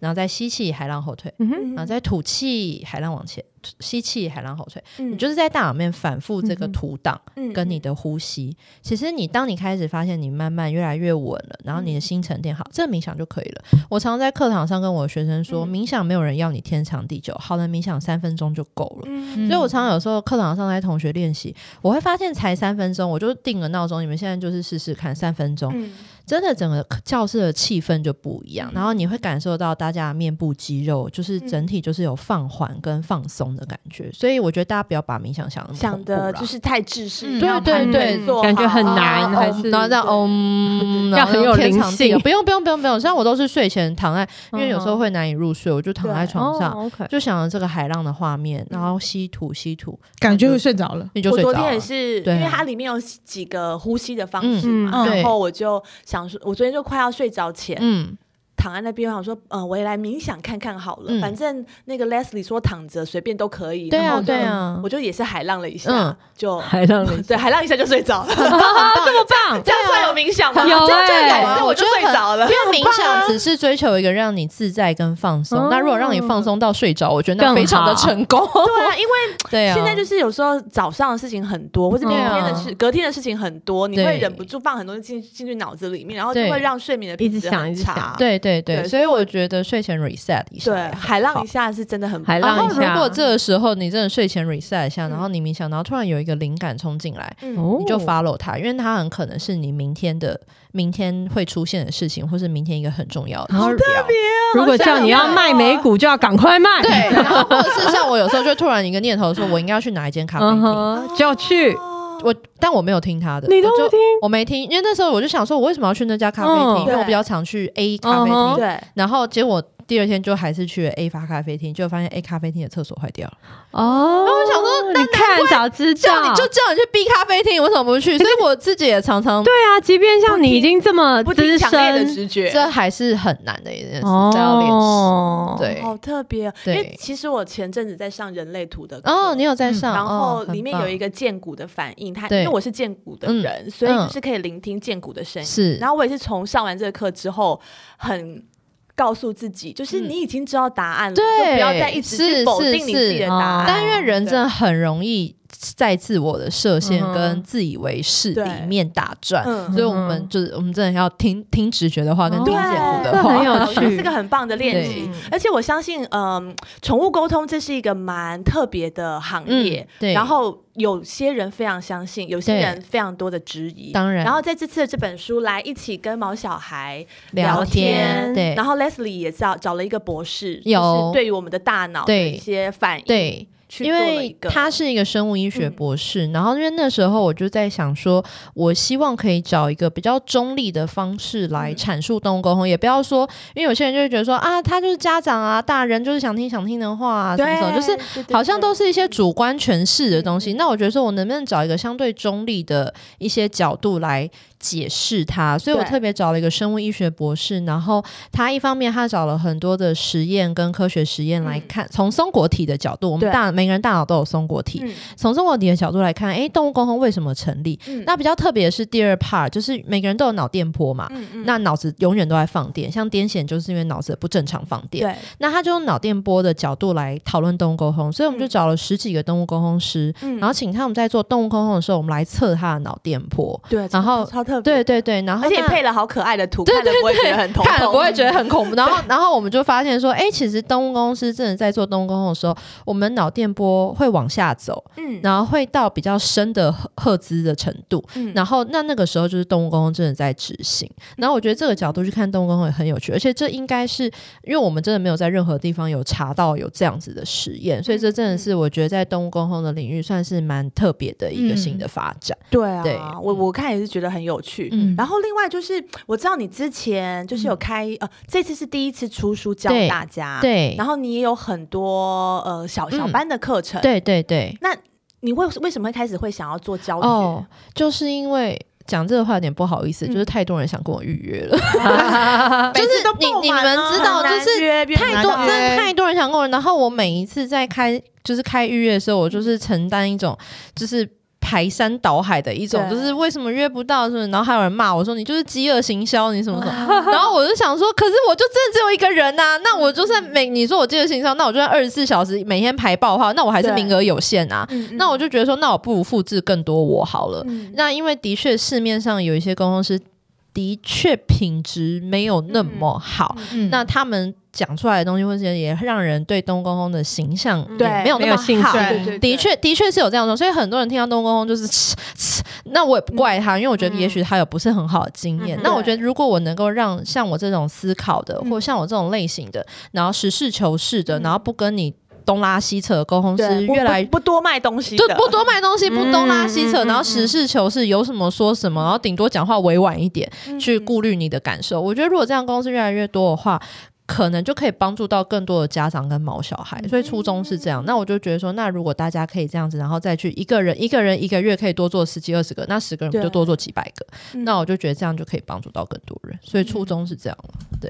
Speaker 2: 然后再吸气，海浪后退，
Speaker 3: 嗯哼，
Speaker 1: 嗯
Speaker 2: 然后再吐气，海浪往前，吐吸气，海浪后退。你
Speaker 1: 嗯
Speaker 2: 就是在大脑里面反复这个
Speaker 3: 嗯哼
Speaker 2: 图档
Speaker 1: 嗯
Speaker 2: 跟你的呼吸。其实你当你开始发现你慢慢越来越稳了，然后
Speaker 1: 嗯
Speaker 2: 你的心沉淀好，这个冥想就可以了。我常常在课堂上跟我的学生说，
Speaker 1: 嗯
Speaker 2: 冥想没有人要你天长地久，好的冥想三分钟就够了。
Speaker 1: 嗯
Speaker 2: 所以我常常有时候课堂上在同学练习，我会发现才三分钟，我就定个闹钟，你们现在就是试试看三分钟，
Speaker 1: 嗯
Speaker 2: 真的整个教室的气氛就不一样，
Speaker 1: 嗯
Speaker 2: 然后你会感受到大家的面部肌肉，就是整体就是有放缓跟放松的感觉，所以我觉得大家不要把冥想想得那么
Speaker 1: 想
Speaker 2: 恐怖啦
Speaker 1: 的就是太知识，
Speaker 4: 嗯
Speaker 1: 要
Speaker 2: 对
Speaker 1: 慢慢
Speaker 2: 对哦对
Speaker 1: 做
Speaker 3: 感觉
Speaker 1: 好
Speaker 3: 很
Speaker 1: 啊
Speaker 3: 难
Speaker 1: 啊
Speaker 3: 还
Speaker 1: 啊
Speaker 3: 是
Speaker 2: 然后这样，
Speaker 1: 对
Speaker 2: 嗯，然
Speaker 3: 要
Speaker 2: 后
Speaker 3: 很有
Speaker 2: 天
Speaker 3: 灵
Speaker 2: 长地
Speaker 3: 性
Speaker 2: 久不用不用不用不用，虽然我都是睡前躺在，因为有时候会难以入睡，我就躺在
Speaker 1: 对
Speaker 2: 床上。
Speaker 3: 哦，OK，
Speaker 2: 就想着这个海浪的画面，然后吸吐吸吐，
Speaker 4: 感觉会睡着了。
Speaker 2: 你就
Speaker 1: 我
Speaker 2: 睡
Speaker 1: 昨
Speaker 2: 着了。
Speaker 1: 天也是，
Speaker 2: 对
Speaker 1: 因
Speaker 2: 啊
Speaker 1: 为它里面有几个呼吸的方
Speaker 2: 嗯
Speaker 1: 式嘛，
Speaker 4: 嗯
Speaker 1: 然
Speaker 2: 对
Speaker 1: 后我就想说，我昨天就快要睡着前，
Speaker 2: 嗯，
Speaker 1: 躺在那边，我想说，嗯、我也来冥想看看好了。
Speaker 2: 嗯
Speaker 1: 反正那个 Leslie 说躺着随便都可以，
Speaker 2: 对
Speaker 1: 然后
Speaker 2: 啊
Speaker 1: 我就
Speaker 2: 对，啊，
Speaker 1: 我就也是海浪了一下，
Speaker 2: 嗯
Speaker 1: 就
Speaker 3: 海浪人
Speaker 1: 对海浪一下就睡着 了，
Speaker 3: 啊，这么棒，
Speaker 1: 这样算有冥想吗？
Speaker 3: 有
Speaker 1: 这样就
Speaker 3: 欸
Speaker 1: 有啊，
Speaker 2: 我
Speaker 1: 我就
Speaker 2: 觉得
Speaker 1: 睡
Speaker 2: 很
Speaker 1: 着了
Speaker 2: 因。为冥想只是追求一个让你自在跟放松
Speaker 3: 哦，
Speaker 2: 那如果让你放松到睡着，我觉得那
Speaker 3: 更
Speaker 2: 非常的
Speaker 3: 好
Speaker 2: 成功。
Speaker 1: 对啊，因为
Speaker 2: 对啊，
Speaker 1: 现在就是有时候早上的事情很多，或者明天的事、
Speaker 2: 对啊
Speaker 1: 隔天的事情很多，你会
Speaker 2: 对
Speaker 1: 忍不住放很多东西进进去脑子里面，然后就
Speaker 2: 对
Speaker 1: 会让睡眠的品质
Speaker 3: 一直想
Speaker 1: 很
Speaker 3: 一直想
Speaker 1: 差。
Speaker 2: 对对
Speaker 1: 对
Speaker 2: 对，所以我觉得睡前 reset 一下也
Speaker 1: 对，
Speaker 2: 很好，
Speaker 1: 海浪一下是真的很哦
Speaker 3: 海
Speaker 2: 然
Speaker 3: 浪
Speaker 2: 后，
Speaker 3: 一
Speaker 2: 如
Speaker 3: 下
Speaker 2: 果这个时候你真的睡前 reset 一下，
Speaker 1: 嗯
Speaker 2: 然后你冥想，然后突然有一个灵感冲进来，
Speaker 1: 嗯
Speaker 3: 哦
Speaker 2: 你就 follow 它，因为它很可能是你明天的明天会出现的事情，或是明天一个很重要的
Speaker 3: 好
Speaker 2: 指标。
Speaker 1: 哦
Speaker 3: 如果叫你要卖美股，就要赶快卖，
Speaker 2: 啊 对，然后或者是像我有时候就突然一个念头说，我应该要去哪一间咖啡
Speaker 3: 嗯
Speaker 2: 厅，
Speaker 3: 哼，就要去，
Speaker 1: 哦
Speaker 2: 我但我没有听他的，
Speaker 3: 你都
Speaker 2: 我
Speaker 3: 不
Speaker 2: 就
Speaker 3: 听，
Speaker 2: 我没听，因为那时候我就想说，我为什么要去那家咖啡厅？
Speaker 1: 嗯
Speaker 2: 因为我比较常去 A 咖啡
Speaker 3: 嗯
Speaker 2: 厅，
Speaker 3: 哼
Speaker 1: 对，
Speaker 2: 然后结果第二天就还是去了 A 发咖啡厅，就发现 A 咖啡厅的厕所坏掉了，
Speaker 3: 哦，
Speaker 2: 我想说
Speaker 3: 你看早知
Speaker 1: 啊
Speaker 2: 叫你
Speaker 3: 道，
Speaker 2: 就叫你去 B 咖啡厅，为什么不去？所以我自己也常常
Speaker 3: 对啊，即便像你已经这么
Speaker 1: 不
Speaker 3: 资
Speaker 1: 听强烈的
Speaker 3: 深，
Speaker 1: 直觉，
Speaker 2: 这还是很难的一件事，这要练习。
Speaker 3: 哦，
Speaker 2: 对，
Speaker 1: 好特别哦。因
Speaker 2: 对
Speaker 1: 为其实我前阵子在上人类图的课
Speaker 2: 哦，你。有在
Speaker 4: 嗯
Speaker 2: 上，
Speaker 1: 然后
Speaker 2: 哦
Speaker 1: 里面有一
Speaker 2: 很
Speaker 1: 个剑骨的反应，它因
Speaker 2: 对
Speaker 1: 为我是剑骨的
Speaker 2: 嗯
Speaker 1: 人，所以就
Speaker 2: 嗯
Speaker 1: 是可以聆听剑骨的声
Speaker 2: 棒
Speaker 1: 音。
Speaker 2: 是，
Speaker 1: 然后我也是从上完这个课之后，很告诉自己，就是
Speaker 2: 嗯
Speaker 1: 你已经知道答案了，
Speaker 2: 对
Speaker 1: 就不要再一直去
Speaker 2: 是
Speaker 1: 否
Speaker 2: 是
Speaker 1: 定你自己的答案。
Speaker 3: 是哦
Speaker 2: 但因为人
Speaker 1: 对
Speaker 2: 真的很容易在自我的设限
Speaker 3: 嗯哼
Speaker 2: 跟自以为是
Speaker 1: 对
Speaker 2: 里面打转，
Speaker 1: 嗯
Speaker 2: 所以我们就是我们真的要听听直觉的话跟
Speaker 3: 哦
Speaker 2: 听
Speaker 1: 对，
Speaker 2: 见
Speaker 3: 这
Speaker 2: 谱
Speaker 3: 个
Speaker 2: 的
Speaker 3: 很
Speaker 2: 话，
Speaker 3: 有
Speaker 1: 我觉得
Speaker 3: 趣
Speaker 1: 是个很棒的练习
Speaker 2: 对。
Speaker 1: 而且我相信，嗯，宠物沟通这是一个蛮特别的行业
Speaker 2: 嗯，对
Speaker 1: 然后有些人非常相信，有些
Speaker 2: 对
Speaker 1: 人非常多的质疑。
Speaker 2: 当然
Speaker 1: 然后在这次的这本书来一起跟毛小孩
Speaker 2: 聊
Speaker 1: 天，
Speaker 2: 天对
Speaker 1: 然后 Leslie 也找找了一个博士，
Speaker 2: 有
Speaker 1: 就是对于我们的大脑的
Speaker 2: 对
Speaker 1: 一些反应，
Speaker 2: 对。
Speaker 1: 去
Speaker 2: 因
Speaker 1: 做了一
Speaker 2: 为
Speaker 1: 个
Speaker 2: 他是一个生物医学
Speaker 1: 嗯
Speaker 2: 博士，然后因为那时候我就在想说，我希望可以找一个比较中立的方式来
Speaker 1: 嗯
Speaker 2: 阐述动物沟通，也不要说，因为有些人就会觉得说啊，他就是家长啊，大人就是想听想听的话啊，什么什么，就是
Speaker 1: 是
Speaker 2: 好像都是一些主观诠释的东
Speaker 1: 嗯
Speaker 2: 西。
Speaker 1: 嗯
Speaker 2: 那我觉得说，我能不能找一个相对中立的一些角度来解释它？所以我
Speaker 1: 对
Speaker 2: 特别找了一个生物医学博士，然后他一方面他找了很多的实验跟科学实验来
Speaker 1: 嗯
Speaker 2: 看，从松果体的角度，我
Speaker 1: 对嗯
Speaker 2: 们大每个人大脑都有松果体，从松果体的角度来看，诶，动物沟通为什么成立？
Speaker 1: 嗯
Speaker 2: 那比较特别的是第二 part，就是每个人都有脑电波嘛。
Speaker 1: 嗯嗯
Speaker 2: 那脑子永远都在放电，像癫痫就是因为脑子不正常放电。
Speaker 1: 对，
Speaker 2: 那他就用脑电波的角度来讨论动物沟通，所以我们就
Speaker 1: 嗯
Speaker 2: 找了十几个动物沟通师，
Speaker 1: 嗯
Speaker 2: 然后请他们在做动物沟通的时候，我们来测他的脑电波。
Speaker 1: 对，
Speaker 2: 然后
Speaker 1: 超超特别，
Speaker 2: 对对对，然后
Speaker 1: 而且
Speaker 2: 那
Speaker 1: 配了好可爱的图，
Speaker 2: 对
Speaker 1: 看了不会觉得很头
Speaker 2: 看了
Speaker 1: 痛，
Speaker 2: 不会觉得很 恐怖。然后然后我们就发现说，哎、其实动物公司真的在做动物沟通的时候，我们脑电波会往下走，
Speaker 1: 嗯
Speaker 2: 然后会到比较深的赫赫兹的程度。
Speaker 1: 嗯
Speaker 2: 然后那那个时候就是动物沟通真的在执行，
Speaker 4: 嗯
Speaker 2: 然后我觉得这个角度去看动物沟通也很有趣，而且这应该是因为我们真的没有在任何地方有查到有这样子的实验，
Speaker 4: 嗯
Speaker 2: 所以这真的是我觉得在动物沟通的领域算是蛮特别的一个
Speaker 4: 嗯
Speaker 2: 新的发展。
Speaker 1: 对啊，
Speaker 2: 对
Speaker 1: 我我看也是觉得很有趣。
Speaker 2: 嗯，
Speaker 1: 然后另外就是，我知道你之前就是有开、呃，这次是第一次出书教
Speaker 2: 对
Speaker 1: 大
Speaker 4: 啊
Speaker 1: 家，。
Speaker 2: 对
Speaker 1: 然后你也有很多呃小小
Speaker 2: 嗯
Speaker 1: 班的课
Speaker 4: 呃
Speaker 1: 程，。
Speaker 2: 对对对，哦
Speaker 1: 你为为什么会开始会想要做教学？
Speaker 2: 哦，就是因为讲这个话有点不好意思，就是太多人想跟我预约了，就是
Speaker 4: 嗯啊每次都
Speaker 2: 你
Speaker 4: 爆满
Speaker 2: 你们
Speaker 4: 啊
Speaker 2: 知道，
Speaker 1: 很
Speaker 2: 就
Speaker 1: 难
Speaker 2: 是
Speaker 4: 约别人
Speaker 2: 太多
Speaker 4: 来
Speaker 2: 真的
Speaker 4: 约
Speaker 2: 太多人想跟我，然后我每一次在开就是开预约的时候，我就是承担一种就是。排山倒海的一种，
Speaker 1: 对
Speaker 2: 就是为什么约不到，是不是？然后还有人骂我说你就是饥饿行销，你什么什么。然后我就想说，可是我就真的只有一个人呐、那我就算
Speaker 1: 嗯
Speaker 2: 每你说我饥饿行销，那我就算二十四小时每天排爆号，那我还是
Speaker 1: 对
Speaker 2: 名额有限啊。那我就觉得说，那我不如复制更多我好了。
Speaker 1: 嗯
Speaker 2: 那因为的确市面上有一些公司的确品质没有那么好，
Speaker 4: 嗯
Speaker 2: 那他们讲出来的东西，或者也让人对东宫宫的形象
Speaker 3: 嗯
Speaker 1: 对
Speaker 2: 也没有那
Speaker 3: 没有
Speaker 2: 么
Speaker 3: 兴趣
Speaker 2: 好。
Speaker 1: 对对对，
Speaker 2: 的确，的确是有这样的，所以很多人听到东宫宫就是 嗤嗤，那我也不怪他，因为我觉得也许他有不是很好的经验。
Speaker 3: 嗯
Speaker 2: 那我觉得如果我能够让像我这种思考的，或像我这种类型的，然后实事求是的，
Speaker 1: 嗯
Speaker 2: 然后不跟你东拉西扯的沟通
Speaker 1: 对
Speaker 2: 是
Speaker 1: 不
Speaker 2: 越来
Speaker 1: 不不多卖东西
Speaker 2: 就
Speaker 1: 的，
Speaker 2: 不多卖东西，不东拉西扯，
Speaker 3: 嗯嗯嗯
Speaker 2: 然后实事求是，有什么说什么，然后顶多讲话委婉一点，
Speaker 1: 嗯
Speaker 2: 去顾虑你的感受。我觉得如果这样公司越来越多的话。可能就可以帮助到更多的家长跟毛小
Speaker 1: 嗯
Speaker 2: 孩，所以初衷是这样。那我就觉得说，那如果大家可以这样子，然后再去一个人一个人一个月可以多做十几二十个，那十个人不
Speaker 1: 对啊
Speaker 2: 就多做几百个？
Speaker 1: 嗯
Speaker 2: 那我就觉得这样就可以帮助到更多人，所以初衷是这样。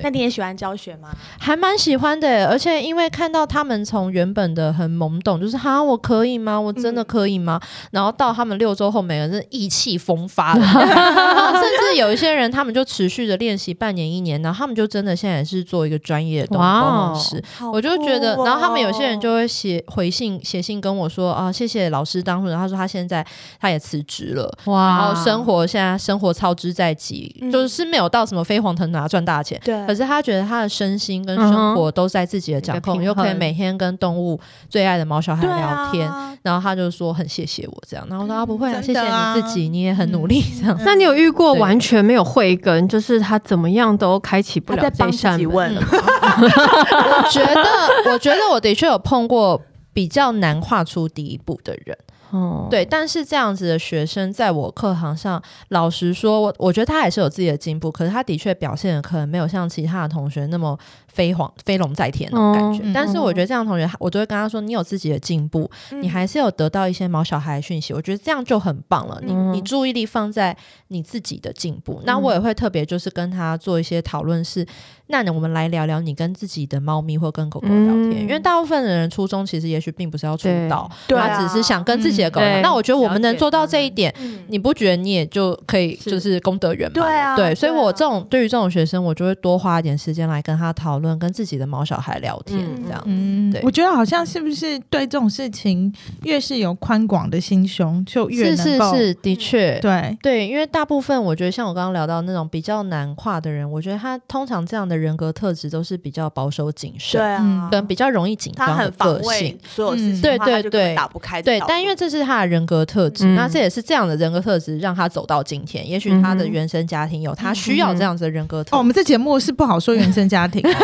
Speaker 1: 那你也喜欢教学吗？
Speaker 2: 还蛮喜欢的欸耶，而且因为看到他们从原本的很懵懂，就是哈我可以吗？我
Speaker 1: 嗯
Speaker 2: 真的可以吗？然后到他们六周后，每个人意气风 发了，然后甚至有一些人他们就持续的练习半年一年，然后他们就真的现在也是做一个专业的动
Speaker 3: 哇
Speaker 2: 工
Speaker 3: 哦
Speaker 2: 老师。
Speaker 1: 好
Speaker 2: 我就觉得
Speaker 1: 酷，哦
Speaker 2: 然后他们有些人就会写回信，写信跟我说啊，谢谢老师当初，然后他说他现在他也辞职了， 然
Speaker 3: 哇
Speaker 2: 后生活现在生活操之在即，
Speaker 1: 嗯
Speaker 2: 就是没有到什么飞黄腾达赚大钱，
Speaker 1: 对，
Speaker 2: 可是他觉得他的身心跟生活都在自己的掌
Speaker 3: 一
Speaker 2: 控，
Speaker 3: 个
Speaker 2: 又
Speaker 3: 平衡
Speaker 2: 可以每天跟动物最爱的毛小孩
Speaker 1: 对
Speaker 2: 聊
Speaker 1: 啊
Speaker 2: 天。然后他就说很谢谢我这样，然后我说
Speaker 4: 嗯
Speaker 2: 啊不会啊，谢
Speaker 4: 真
Speaker 2: 谢
Speaker 4: 的
Speaker 2: 你自己，
Speaker 4: 啊
Speaker 2: 你也很努力这样。
Speaker 3: 那你有遇过
Speaker 2: 对
Speaker 3: 完全没有慧根，就是他怎么样都开启不
Speaker 1: 他在
Speaker 3: 了这
Speaker 1: 帮
Speaker 3: 一
Speaker 1: 自
Speaker 3: 扇
Speaker 1: 己
Speaker 3: 门？
Speaker 1: 问，
Speaker 2: 嗯我觉得，我觉得我的确有碰过比较难跨出第一步的人，
Speaker 3: 哦，
Speaker 2: 对。但是这样子的学生，在我课堂上，老实说，我我觉得他还是有自己的进步，可是他的确表现的可能没有像其他的同学那么飞黄飞龙在天那种感觉。
Speaker 4: 嗯
Speaker 2: 但是我觉得这样的同学，我都会跟他说，你有自己的进步，你还是有得到一些毛小孩的讯息，我觉得这样就很棒了。你
Speaker 3: 嗯
Speaker 2: 你注意力放在你自己的进步，那我也会特别就是跟他做一些讨论是，那我们来聊聊你跟自己的猫咪或跟狗狗聊天，
Speaker 3: 嗯
Speaker 2: 因为大部分的人初衷其实也许并不是要出道，
Speaker 1: 对
Speaker 2: 他
Speaker 1: 啊
Speaker 2: 只是想跟自己的狗聊。
Speaker 3: 嗯对
Speaker 2: 那我觉得我们能做到
Speaker 3: 了解
Speaker 2: 这一点，
Speaker 1: 嗯
Speaker 2: 你不觉得你也就可以
Speaker 3: 是
Speaker 2: 就是功德圆满了？
Speaker 1: 对啊对
Speaker 2: 对，
Speaker 1: 啊
Speaker 2: 所以我这种对于这种学生，我就会多花一点时间来跟他讨论，跟自己的毛小孩聊天，
Speaker 3: 嗯
Speaker 2: 这样。
Speaker 4: 嗯
Speaker 2: 对，
Speaker 4: 我觉得好像是不是对这种事情越是有宽广的心胸，就
Speaker 2: 是
Speaker 4: 越能
Speaker 2: 是
Speaker 4: 够嗯
Speaker 2: 是，的确，
Speaker 4: 对，
Speaker 2: 对，因为大部分我觉得像我刚刚聊到那种比较难跨的人，我觉得他通常这样的人格特质都是比较保守谨
Speaker 1: 对
Speaker 2: 慎，
Speaker 1: 啊，
Speaker 2: 嗯跟比较容易紧
Speaker 1: 他
Speaker 2: 张的
Speaker 1: 很防
Speaker 2: 个性
Speaker 1: 卫。所有事情
Speaker 4: 嗯
Speaker 1: 的话，
Speaker 2: 对对
Speaker 1: 他就根本
Speaker 2: 对
Speaker 1: 打不开这
Speaker 2: 对
Speaker 1: 道，
Speaker 2: 但因为
Speaker 1: 路
Speaker 2: 这是他的人格特质，
Speaker 3: 嗯
Speaker 2: 那这也是这样的人格特质让他走到今天。也许他的
Speaker 3: 嗯哼
Speaker 2: 原生家庭有他需要这样子的人格特质。
Speaker 4: 哦，我们这节目是不好说原生家庭，啊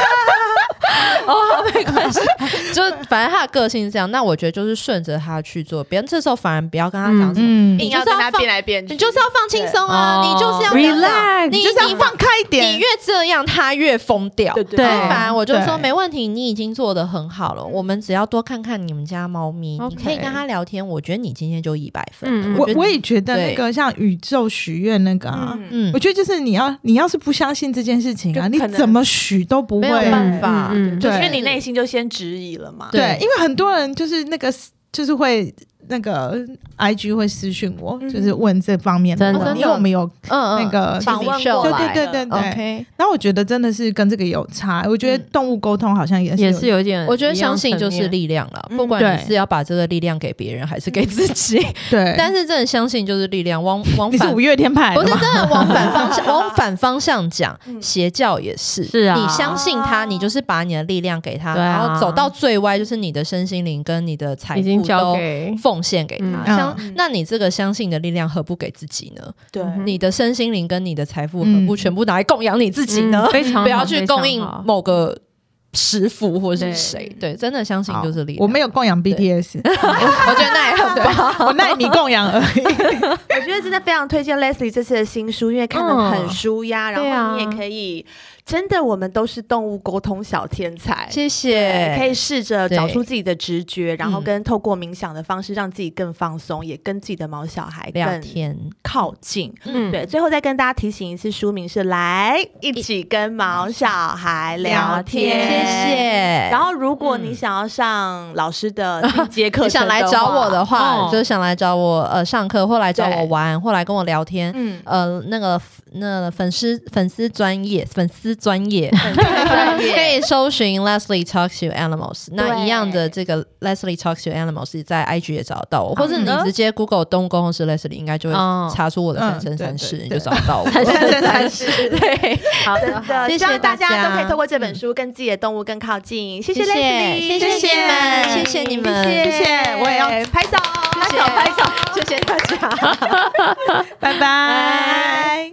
Speaker 2: 哦没关系，就反正他的个性是这样。那我觉得就是顺着他去做，别人这时候反而不要跟他讲什么，
Speaker 4: 嗯，
Speaker 2: 你
Speaker 1: 硬
Speaker 2: 就
Speaker 1: 要
Speaker 2: 是
Speaker 1: 跟
Speaker 2: 要
Speaker 1: 他
Speaker 2: 放
Speaker 1: 变来变去，
Speaker 2: 你就是要放轻松啊，
Speaker 3: 对
Speaker 2: 你就是要
Speaker 3: 哦
Speaker 2: 这样啊
Speaker 3: relax，
Speaker 2: 你
Speaker 4: 你就是要
Speaker 2: 你
Speaker 4: 放开一
Speaker 2: 你
Speaker 4: 点
Speaker 2: 越，这样，他越疯掉。
Speaker 1: 对
Speaker 3: 对
Speaker 2: 所以反而我就说
Speaker 4: 对
Speaker 2: 没问题，你已经做的很好了。我们只要多看看你们家猫咪，你
Speaker 3: OK
Speaker 2: 可以跟它聊天，我觉得你今天就一百分了。
Speaker 3: 嗯
Speaker 4: 我
Speaker 2: 觉得
Speaker 4: 我也觉得
Speaker 2: 对
Speaker 4: 那个像宇宙许愿那个啊，
Speaker 1: 嗯
Speaker 2: 嗯
Speaker 4: 我，觉得就是你要你要是不相信这件事情
Speaker 1: 就
Speaker 4: 啊，你
Speaker 1: 可能
Speaker 4: 怎么许都不
Speaker 2: 没
Speaker 4: 会
Speaker 2: 有办法，
Speaker 3: 嗯嗯嗯
Speaker 2: 就是
Speaker 1: 因
Speaker 4: 对
Speaker 1: 为你内心就先质疑了嘛。
Speaker 2: 对
Speaker 4: 对，因为很多人就是那个就是会那个 I G 会私讯我，
Speaker 1: 嗯
Speaker 4: 就是问这方面
Speaker 3: 真
Speaker 2: 哦的
Speaker 4: 因为我们有
Speaker 2: 嗯嗯
Speaker 4: 那个
Speaker 2: 访
Speaker 1: 自己
Speaker 2: 问
Speaker 1: 秀
Speaker 2: 过
Speaker 4: 对
Speaker 2: 来
Speaker 4: 对
Speaker 1: 来
Speaker 4: 对对
Speaker 1: 了
Speaker 4: 对。
Speaker 2: ，OK。
Speaker 4: 然后我觉得真的是跟这个有差，我觉得
Speaker 1: 嗯
Speaker 4: 动物沟通好像也是
Speaker 3: 也是有点，
Speaker 2: 我觉得相信就是力量了，
Speaker 1: 嗯
Speaker 2: 不管你
Speaker 4: 对
Speaker 2: 是要把这个力量给别人还是给自己，
Speaker 3: 嗯
Speaker 4: 对，
Speaker 2: 但是真的相信就是力量。往往
Speaker 4: 你是
Speaker 2: 反
Speaker 4: 五月天派
Speaker 2: 不
Speaker 4: 的
Speaker 2: 是
Speaker 4: 吗？
Speaker 2: 真的往反方向， 往反方向讲，
Speaker 1: 嗯
Speaker 2: 邪教也是。
Speaker 3: 是啊
Speaker 2: 你相信他，你就是把你的力量给他，
Speaker 3: 对啊
Speaker 2: 然后走到最歪，就是你的身心灵跟你的财
Speaker 3: 已经
Speaker 2: 富
Speaker 3: 交
Speaker 2: 都
Speaker 3: 给
Speaker 2: 奉献给他。
Speaker 3: 嗯
Speaker 2: 相、
Speaker 1: 嗯
Speaker 2: 那你这个相信的力量何不给自己呢？
Speaker 1: 对，
Speaker 3: 嗯
Speaker 2: 你的身心灵跟你的财富何不
Speaker 4: 嗯
Speaker 2: 全部拿来供养你自己呢？
Speaker 3: 嗯非常好
Speaker 2: 不要去供应
Speaker 3: 非常好
Speaker 2: 某个师傅或是
Speaker 3: 对
Speaker 2: 谁，对，真的相信
Speaker 4: 好
Speaker 2: 就是力量。
Speaker 4: 我没有供养 BTS，
Speaker 2: 我觉得那也很棒。
Speaker 4: 我耐你供养 而已。
Speaker 1: 我觉得真的非常推荐 Leslie 这次的新书，因为看得
Speaker 2: 嗯
Speaker 1: 很舒压，
Speaker 3: 对
Speaker 1: 然后
Speaker 3: 啊
Speaker 1: 你也可以，真的我们都是动物沟通小天才。
Speaker 2: 谢谢，
Speaker 1: 对可以试着
Speaker 2: 对
Speaker 1: 找出自己的直觉，然后
Speaker 2: 嗯
Speaker 1: 跟透过冥想的方式让自己更放松，也跟自己的毛小孩
Speaker 2: 聊
Speaker 1: 更
Speaker 2: 天。
Speaker 1: 靠近。
Speaker 3: 嗯
Speaker 1: 对，最后再跟大家提醒一次，书名是《来一起跟毛小孩聊天》，
Speaker 2: 谢谢。
Speaker 1: 然后，如果你
Speaker 2: 嗯
Speaker 1: 想要上老师 的进阶课
Speaker 2: 你
Speaker 1: 程
Speaker 2: 想
Speaker 1: 的话，
Speaker 2: 来找我的话，
Speaker 3: 哦
Speaker 2: 就是想来找我呃上课，或来找我
Speaker 1: 对
Speaker 2: 玩，或来跟我聊天。
Speaker 1: 嗯，
Speaker 2: 呃，那个那个粉丝粉丝专业粉丝专业
Speaker 1: 很专
Speaker 2: 可
Speaker 1: 业，
Speaker 2: 以搜寻 Leslie Talks to Animals。那
Speaker 1: 对
Speaker 2: 一样的，这个 Leslie Talks to Animals 在 IG 也找得到我，或者你
Speaker 3: 好的
Speaker 2: 直接 Google 动物沟通师 Leslie，应该就
Speaker 3: 哦
Speaker 2: 会查出我的三
Speaker 4: 嗯
Speaker 2: 生
Speaker 4: 对
Speaker 2: 三
Speaker 4: 对
Speaker 2: 世，你
Speaker 4: 对
Speaker 2: 就找得到我。
Speaker 4: 三生三世
Speaker 1: 是的，
Speaker 2: 对，
Speaker 3: 好的，好的
Speaker 1: 希
Speaker 2: 谢谢
Speaker 1: 望大
Speaker 2: 大
Speaker 1: 家
Speaker 2: 家嗯
Speaker 1: 都可以透过这本书跟自己的动物更靠近。谢
Speaker 2: 谢谢
Speaker 1: Leslie，
Speaker 2: 谢谢你们谢谢你们
Speaker 1: 谢
Speaker 4: 谢谢我也要
Speaker 1: 拍手，拍手，拍手，谢谢大家，
Speaker 4: 拜拜。
Speaker 1: 拜。